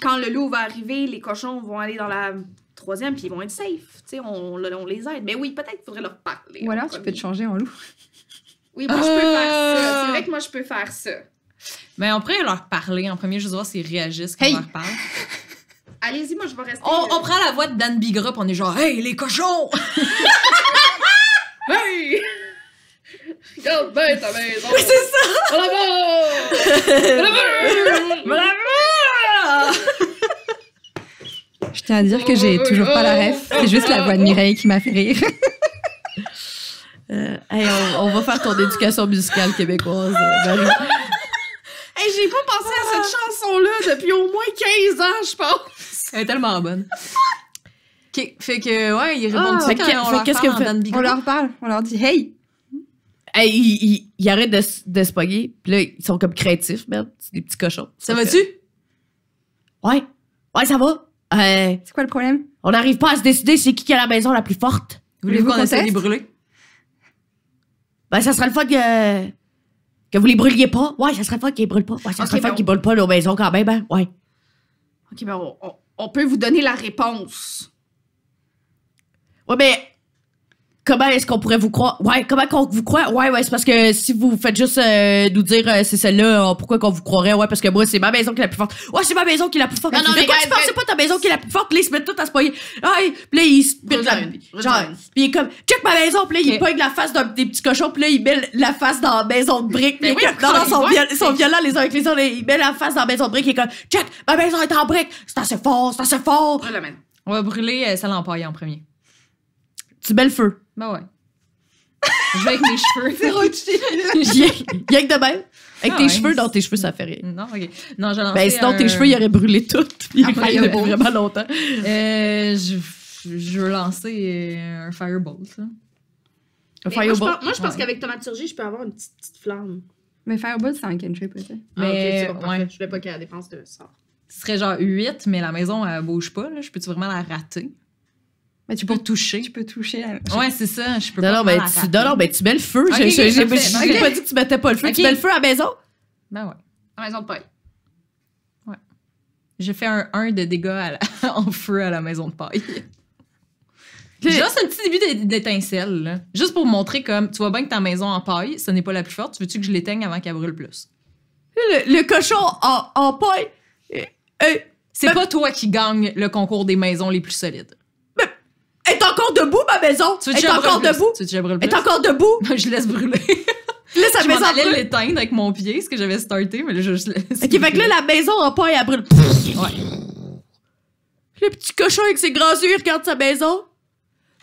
S3: quand le loup va arriver, les cochons vont aller dans la troisième, puis ils vont être safe. Tu sais, on, on les aide. Mais oui, peut-être qu'il faudrait leur parler.
S4: Ou
S3: en
S4: alors tu peux te
S3: premier.
S4: changer en loup.
S3: Oui, moi, je peux faire
S2: Ah!
S3: ça. C'est vrai que moi, je peux faire ça.
S2: Mais on pourrait leur parler en premier, juste voir s'ils réagissent quand
S1: Hey!
S2: on leur parle.
S3: Allez-y, moi, je vais rester.
S2: On, on prend la voix de Dan Bigra, pis on est genre, hey, les cochons!
S3: euh, Hey! Garde bien ta maison!
S2: Oui, c'est ça!
S3: Bravo! Bravo!
S4: Je tiens à dire que j'ai toujours pas la
S1: Oh.
S4: ref. C'est juste la voix de Mireille qui m'a fait rire.
S1: Euh, hey, on, on va faire ton éducation musicale québécoise, euh, Marie.
S3: Hey, j'ai pas pensé à cette chanson-là depuis au moins 15 ans, je pense!
S2: Elle est tellement bonne. OK. Fait que, ouais, ils répondent ça
S1: fait
S2: quand
S1: que-
S2: on
S1: fait
S2: leur
S1: qu'est-ce
S2: parle
S1: que vous
S2: en
S1: faites?
S2: Dan
S4: On
S2: Bigra.
S4: leur parle, on leur dit Hey,
S1: Hey, ils, ils- ils arrêtent de, s- de se pogner. Puis là, ils sont comme créatifs, merde. C'est des petits cochons.
S2: Ça
S1: Fait
S2: va-tu?
S1: que- Ouais. Ouais, ça va. Euh,
S4: c'est quoi le problème
S1: on n'arrive pas à se décider c'est qui qui a la maison la plus forte.
S2: Voulez-vous
S4: Voulez-vous
S2: qu'on
S4: qu'on
S2: essaie de les
S4: teste?
S2: brûler?
S1: Ben, ça serait le fun que, que vous les brûliez pas. Ouais, ça serait le fun qu'ils brûlent pas. Ouais, ça
S3: Ok,
S1: serait le fun
S3: ben,
S1: qu'ils brûlent pas nos maisons quand même, hein. Ouais.
S3: Ok, ben, on, on- on peut vous donner la réponse.
S1: Ouais, mais comment est-ce qu'on pourrait vous croire? Ouais, comment qu'on vous croit? Ouais, ouais, c'est parce que si vous faites juste euh, nous dire euh, c'est celle-là, euh, pourquoi qu'on vous croirait? Ouais, parce que moi, c'est ma maison qui est la plus forte. Ouais, c'est ma maison qui est la plus forte.
S3: Non,
S1: Mais
S3: non,
S1: de
S3: les
S1: quoi
S3: gars,
S1: tu penses?
S3: mais-
S1: C'est pas ta maison qui est la plus forte. Là, ils se mettent tous à se poigner. Ah, et- puis là, ils se pitent la...
S3: Retourne,
S1: Genre,
S3: retourne.
S1: puis il est comme, check ma maison, puis là, il
S2: Ok.
S1: pogne la face d'un des petits cochons, puis là, il met la face dans la maison de briques.
S3: Ben
S1: Puis il est
S3: oui,
S1: comme- non, non,
S3: ils
S1: ils sont,
S3: voient,
S1: viol-
S3: c'est-
S1: ils sont violents les uns avec les autres. là, Il met la face dans la maison de briques, il est comme, check, ma maison est en briques. C'est assez fort, c'est assez fort.
S3: Brûle la maison.
S2: On va brûler euh, celle en paille en premier.
S1: Tu mets le feu.
S2: Ben ouais. Je vais avec mes cheveux.
S1: Rien rien que de même. Avec
S2: Ah
S1: tes
S2: ouais.
S1: cheveux, dans tes cheveux, ça fait rien.
S2: non, OK. Non, j'ai lancé
S1: Ben, sinon,
S2: un-
S1: tes cheveux, ils auraient brûlé tout. Ils
S2: Ah,
S1: auraient
S2: ouais,
S1: brûlé
S2: ouais.
S1: vraiment longtemps.
S2: Euh, je, je veux lancer euh, un firebolt. là.
S1: Un
S3: Mais moi, je
S1: fireball.
S3: pense, moi, je pense
S2: Ouais.
S3: qu'avec Thaumaturgie, je peux avoir une petite, petite flamme.
S4: Mais Fireball, c'est un cantrip peut-être.
S3: Ah, ok,
S2: Mais,
S3: c'est bon, parfait.
S2: ouais.
S3: Je voulais pas qu'elle dépense de sort.
S2: Ce serait genre 8, mais la maison, elle bouge pas. Là. Je peux-tu vraiment la rater?
S4: Mais
S2: Tu
S4: tu peux,
S2: peux toucher.
S4: tu peux toucher. la-
S2: Ouais, c'est ça. Je peux
S1: Non,
S2: pas
S1: non, ben,
S2: vraiment la
S1: tu,
S2: rater.
S1: non, non, ben, tu mets le feu.
S2: Ok,
S1: Je- je-
S2: ok,
S1: J'ai
S2: parfait,
S1: j'ai
S2: parfait.
S1: pas dit que tu mettais pas le feu. Tu
S2: Ok.
S1: mets le feu à la maison.
S2: Ben ouais.
S3: La maison de paille.
S2: J'ai fait un 1 de dégâts à la- en feu à la maison de paille.
S1: Le-
S2: Juste un petit début d'é- d'étincelle, là. Juste pour montrer comme, tu vois bien que ta maison en paille, ce n'est pas la plus forte, tu veux-tu que je l'éteigne avant qu'elle brûle plus?
S1: Le, le cochon en, en paille. euh, euh,
S2: C'est
S1: Ben-
S2: pas toi qui gagne le concours des maisons les plus solides.
S1: est encore debout, ma maison.
S2: Tu veux
S1: Est encore debout.
S2: Tu veux que je brûle plus?
S1: Est encore debout.
S2: Je laisse brûler.
S1: Là, sa
S2: je m'en
S1: maison en
S2: allais
S1: brûle.
S2: l'éteindre avec mon pied, ce que j'avais starté, mais là, je juste laisse.
S1: Ok, fait que là, la maison en paille, elle brûle.
S2: Ouais.
S1: Le petit cochon avec ses grands yeux, il regarde sa maison.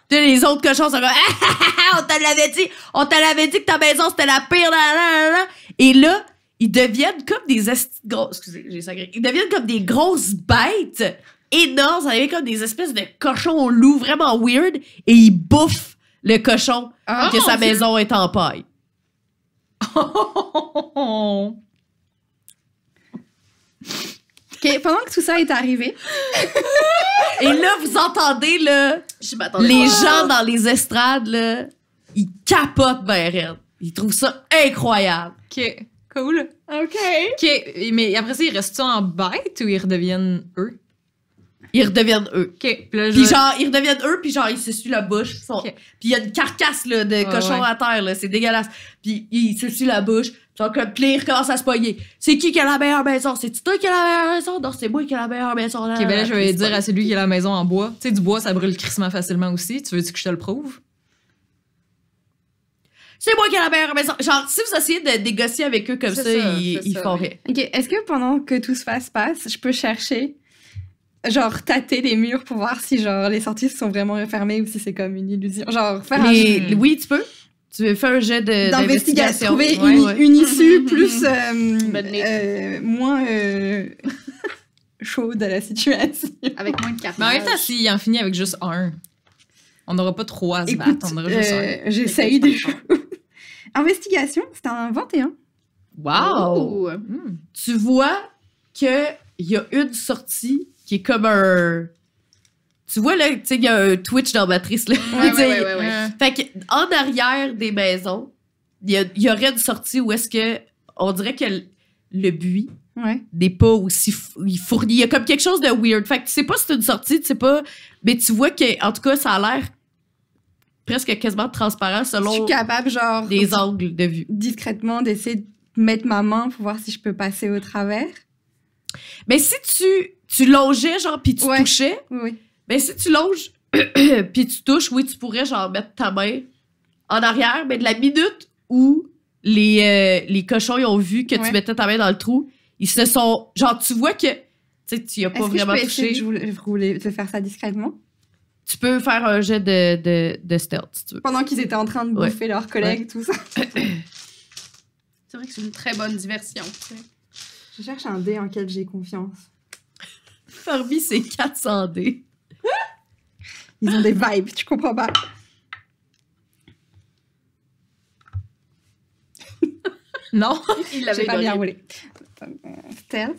S1: Puis les autres cochons sont comme, ah, ah, ah, on te l'avait dit, on te l'avait dit que ta maison c'était la pire, là, là, là, là. Et là, ils deviennent comme des esti- gros, excusez, j'ai sangré. Ils deviennent comme des grosses bêtes énormes, ça devient comme des espèces de cochons loups vraiment weird, et ils bouffent le cochon
S4: Ah,
S1: que
S3: mon
S1: sa
S3: Dieu.
S1: maison est en paille.
S4: Ok, pendant que tout ça est arrivé,
S1: Et là, vous entendez, là,
S3: Je m'attendais
S1: les
S3: pas.
S1: gens dans les estrades, là, ils capotent ben raide. Ils trouvent ça incroyable.
S2: Ok, cool.
S3: OK.
S2: Ok, et- mais après ça, ils restent en bête ou ils redeviennent eux?
S1: Ils redeviennent eux.
S2: Ok, puis là, je
S1: Puis
S2: vais-
S1: genre, ils redeviennent eux, puis genre, ils se suent la bouche. ils sont-
S2: Ok.
S1: Puis il y a une carcasse là, de cochon
S2: ouais.
S1: à terre, là, c'est dégueulasse. Puis ils se suent la bouche. Donc, le plaisir commence à se pogner. C'est qui qui a la meilleure maison? C'est-tu toi qui a la meilleure maison? Non, c'est moi qui a la meilleure maison. là,
S2: Ok, ben là,
S1: là,
S2: je vais
S1: c'est
S2: dire
S1: pas-
S2: à celui qui a la maison en bois. Tu sais, du bois, ça brûle crissement facilement aussi. Tu veux-tu que je te le prouve?
S1: C'est moi qui a la meilleure maison. Genre, si vous essayez de négocier avec eux comme ça,
S3: C'est ça,
S1: ils,
S3: c'est
S1: ils
S3: ça,
S1: font
S3: oui.
S1: rien.
S4: ok, est-ce que pendant que tout se passe passe, je peux chercher, genre tâter les murs pour voir si genre les sorties sont vraiment refermées ou si c'est comme une illusion, genre faire un
S1: Les-
S2: jeu.
S1: Oui, tu peux. Tu fais un jet de-
S4: d'investigation,
S1: Euh, d'investigation.
S4: trouver
S1: Ouais,
S4: une,
S1: ouais.
S4: une issue plus euh,
S3: idée.
S4: euh, moins euh, chaude à la situation.
S1: Bah,
S3: Avec moins de cartes.
S2: Mais en même temps, s'il en finit avec juste un, on n'aura pas trois à se
S4: Écoute,
S2: battre. On aura juste un.
S4: euh, j'essaye des choses. Investigation, c'est un 21.
S1: Wow!
S2: Hmm.
S1: tu vois que il y a une sortie qui est comme un tu vois là tu sais il y a un twitch dans matrice là
S3: Ouais,
S1: Tu sais,
S3: ouais, ouais, ouais, ouais.
S2: Euh,
S1: fait que en arrière des maisons il y, a- il y aurait une sortie où est-ce que on dirait que le, le buis
S4: Ouais.
S1: n'est pas aussi fou- il fourni il y a comme quelque chose de weird fait que tu sais pas si c'est une sortie tu sais pas mais tu vois que en tout cas ça a l'air presque quasiment transparent
S4: Je suis
S1: selon
S4: capable, genre,
S1: les angles de vue
S4: discrètement d'essayer de mettre ma main pour voir si je peux passer au travers.
S1: mais si tu tu longeais genre puis tu
S4: Ouais.
S1: touchais
S4: Oui, oui.
S1: Ben, si tu longes puis tu touches, oui, tu pourrais genre mettre ta main en arrière, mais de la minute où les, euh, les cochons ils ont vu que
S4: Ouais.
S1: tu mettais ta main dans le trou, ils se sont. Genre, tu vois que. Tu sais, tu y as pas
S4: Est-ce que je
S1: vraiment
S4: peux essayer
S1: touché.
S4: de jouer- de rouler- de faire ça discrètement
S1: Tu peux faire un jet de, de, de stealth si tu veux.
S4: Pendant qu'ils étaient en train de
S1: Ouais.
S4: bouffer leurs collègues, tout ça.
S3: C'est vrai que c'est une très bonne diversion. tu sais.
S4: Je cherche un dé en lequel j'ai confiance.
S1: Parmi ces 400 dés.
S4: Ils ont des vibes, tu comprends pas
S2: Non?
S3: Il
S4: J'ai
S3: l'avait
S4: pas bien
S3: gagné.
S4: roulé. Attends, euh, Stealth,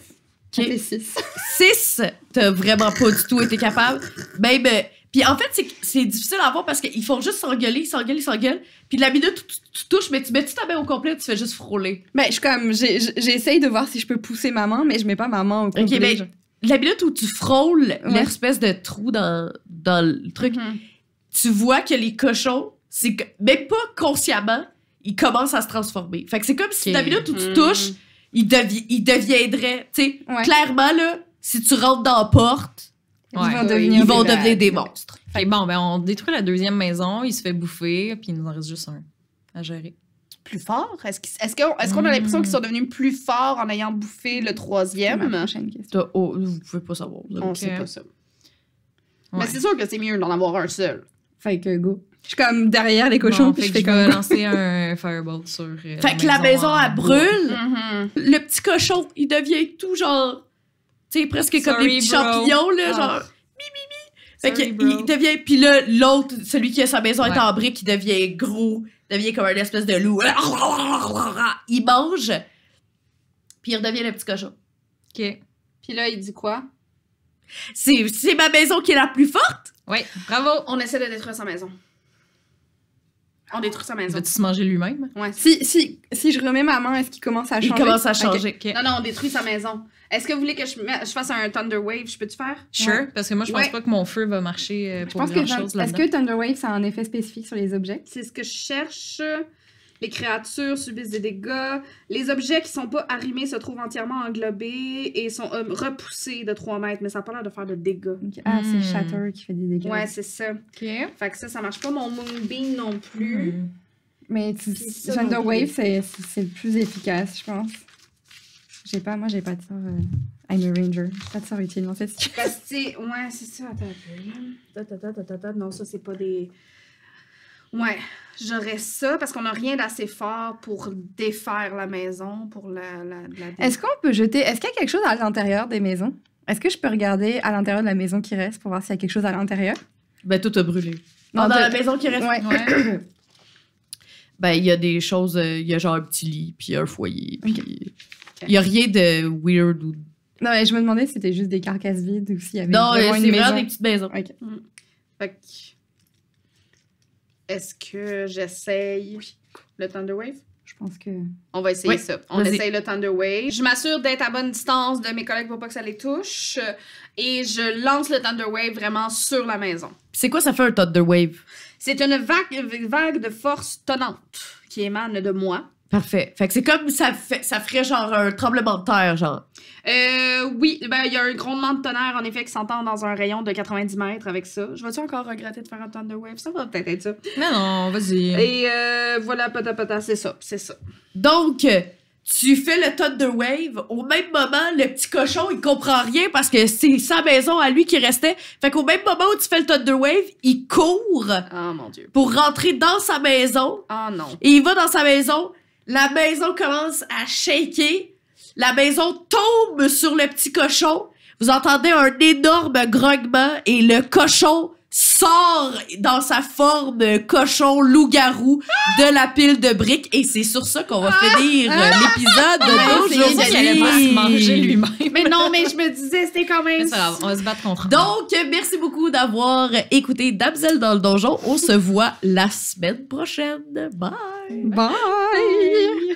S4: ça fait six.
S1: 6, t'as vraiment pas du tout été capable. Même. euh, Puis en fait, c'est que c'est difficile à voir parce qu'ils font juste s'engueuler, ils s'engueulent, ils s'engueulent. Puis de la minute où tu, tu touches, mais tu mets ta main au complet, tu fais juste frôler.
S4: Ben, je suis comme, j'ai- j'ai- j'essaye de voir si je peux pousser ma main, mais je mets pas ma main au complet.
S1: ben,
S4: genre.
S1: la minute où tu frôles l'espèce de trou dans, dans le truc,
S2: Mm-hmm.
S3: Mhm.
S1: tu vois que les cochons, c'est que- même pas consciemment, ils commencent à se transformer. Fait que c'est comme si
S2: Ok. Mm.
S1: la minute où tu
S3: Mhm.
S1: touches, ils, devi- ils deviendraient, tu sais,
S4: Ouais.
S1: clairement là, si tu rentres dans la porte,
S4: Ils
S2: Ouais.
S4: vont
S3: Ils
S4: devenir
S1: ils vont
S4: des
S1: devenir
S4: bad.
S1: des monstres.
S2: Fait que bon, ben on détruit la deuxième maison, il se fait bouffer, puis il nous en reste juste un à gérer.
S3: Plus fort? Est-ce qu'ils- est-ce qu'on est-ce qu'on a
S2: Mm.
S3: l'impression qu'ils sont devenus plus forts en ayant bouffé le
S4: C'est ma
S3: troisième?
S4: prochaine question.
S1: T'as- oh, vous pouvez pas savoir. vous
S3: On
S1: avez-
S3: sait pas ça.
S2: Ouais.
S3: Mais c'est sûr que c'est mieux d'en avoir un seul.
S4: Fait que go. Je suis comme derrière les cochons,
S2: Bon,
S4: puis
S2: fait
S4: je
S2: que
S4: fais
S2: je vais
S4: comme.
S2: lancer un fireball sur. euh,
S1: Fait que la maison,
S2: en
S1: elle
S2: bois.
S1: brûle.
S3: Mhm.
S1: le petit cochon, il devient tout genre. Tu sais, presque comme
S2: Sorry,
S1: des petits
S2: bro.
S1: champignons, là,
S2: Ah.
S1: genre. Mi, mi, mi. Fait
S2: Sorry,
S1: que
S2: bro.
S1: il devient. Puis là, l'autre, celui qui a sa maison
S2: Ouais.
S1: est en brique, il devient gros, devient comme un espèce de loup. Il mange, puis il redevient le petit cochon.
S2: Ok.
S3: Puis là, il dit quoi?
S1: C'est c'est ma maison qui est la plus forte.
S2: Ouais, bravo!
S3: On essaie de détruire sa maison. On détruit sa maison.
S2: Va-tu se manger lui-même?
S3: Ouais.
S4: Si, si, si je remets ma main, est-ce qu'il commence à changer
S1: Il commence à
S4: Ok.
S1: changer.
S3: Non, non, on détruit sa maison. Est-ce que vous voulez que je, me- je fasse un Thunder Wave? Je peux-tu faire?
S2: Sure, parce que moi, je pense
S3: Ouais.
S2: pas que mon feu va marcher euh,
S4: Je
S2: pour
S4: pense que.
S2: grand-chose
S4: Est-ce
S2: là-dedans.
S4: que Thunderwave, ça a un effet spécifique sur les objets
S3: C'est ce que je cherche. Les créatures subissent des dégâts. Les objets qui sont pas arrimés se trouvent entièrement englobés et sont euh, repoussés de 3 mètres, mais ça n'a pas l'air de faire de dégâts.
S4: Ok. Ah, c'est
S2: Hmm.
S4: Shatter qui fait des dégâts.
S3: Ouais, c'est ça.
S2: Ok.
S3: Fait que ça, ça marche pas. Mon Moonbeam non plus.
S2: Hmm.
S4: Mais
S3: Puis ça, non plus.
S4: Thunderwave, c'est c'est- c'est le plus efficace, je pense. J'ai pas, moi, j'ai pas de sort. euh, I'm a ranger. J'ai Pas de sort utile dans cette situation.
S3: Parce que c'est. Ouais, c'est ça. Attends un peu. Ta, ta, ta, ta, ta, ta. Non, ça, c'est pas des. Ouais, j'aurais ça parce qu'on n'a rien d'assez fort pour défaire la maison, pour la. la, la dé-
S4: Est-ce qu'on peut jeter Est-ce qu'il y a quelque chose à l'intérieur des maisons Est-ce que je peux regarder à l'intérieur de la maison qui reste pour voir s'il y a quelque chose à l'intérieur
S1: Ben, tout a brûlé.
S4: Non,
S1: dans
S4: de-
S1: la maison qui reste.
S4: Ouais.
S1: Ben, il y a des choses. euh, Il y a genre un petit lit, puis un foyer. Puis...
S3: Ok.
S1: Il y a rien de weird ou
S4: Non, mais je me demandais si c'était juste des carcasses vides ou s'il y avait
S1: Non,
S4: vraiment
S1: euh,
S4: une
S1: c'est
S4: maison.
S1: vraiment des petites maisons.
S4: Ok.
S3: Fait que- Est-ce que j'essaye le Thunder Wave?
S4: Je pense que...
S3: On va essayer
S1: Oui,
S3: ça. On
S1: vas-y.
S3: essaye le Thunder Wave. Je m'assure d'être à bonne distance de mes collègues pour pas que ça les touche. euh, Et je lance le Thunder Wave vraiment sur la maison.
S1: Puis c'est quoi ça fait un Thunder Wave?
S3: C'est une vague, vague de force tonnante qui émane de moi.
S1: Parfait. Fait que c'est comme ça, fait, ça ferait genre un tremblement de terre, genre.
S3: Euh, oui, ben, il y a un grondement de tonnerre, en effet, qui s'entend dans un rayon de 90 mètres avec ça. Je vais-tu encore regretter de faire un Thunder Wave? Ça va peut-être être ça.
S2: Mais non, vas-y.
S3: Et euh, voilà, patapata, c'est ça, c'est ça.
S1: Donc, euh, tu fais le Thunder Wave. Au même moment, le petit cochon, il comprend rien parce que c'est sa maison à lui qui restait. Fait qu'au même moment où tu fais le Thunder Wave, il court
S3: Oh mon dieu.
S1: pour rentrer dans sa maison.
S3: Oh non.
S1: Et il va dans sa maison. La maison commence à shaker. La maison tombe sur le petit cochon. Vous entendez un énorme grognement et le cochon sort dans sa forme cochon loup-garou de la pile de briques. Et c'est sur ça qu'on va finir euh, l'épisode
S2: C'est
S1: de
S2: qu'il allait pas se manger
S1: d'aujourd'hui.
S2: lui-même.
S3: Mais non, mais je me disais, c'était quand
S2: Mais
S3: même.
S2: c'est pas grave, on va se battre contre. un.
S1: Donc, merci beaucoup d'avoir écouté Damsel dans le donjon. On se voit la semaine prochaine. Bye!
S4: Bye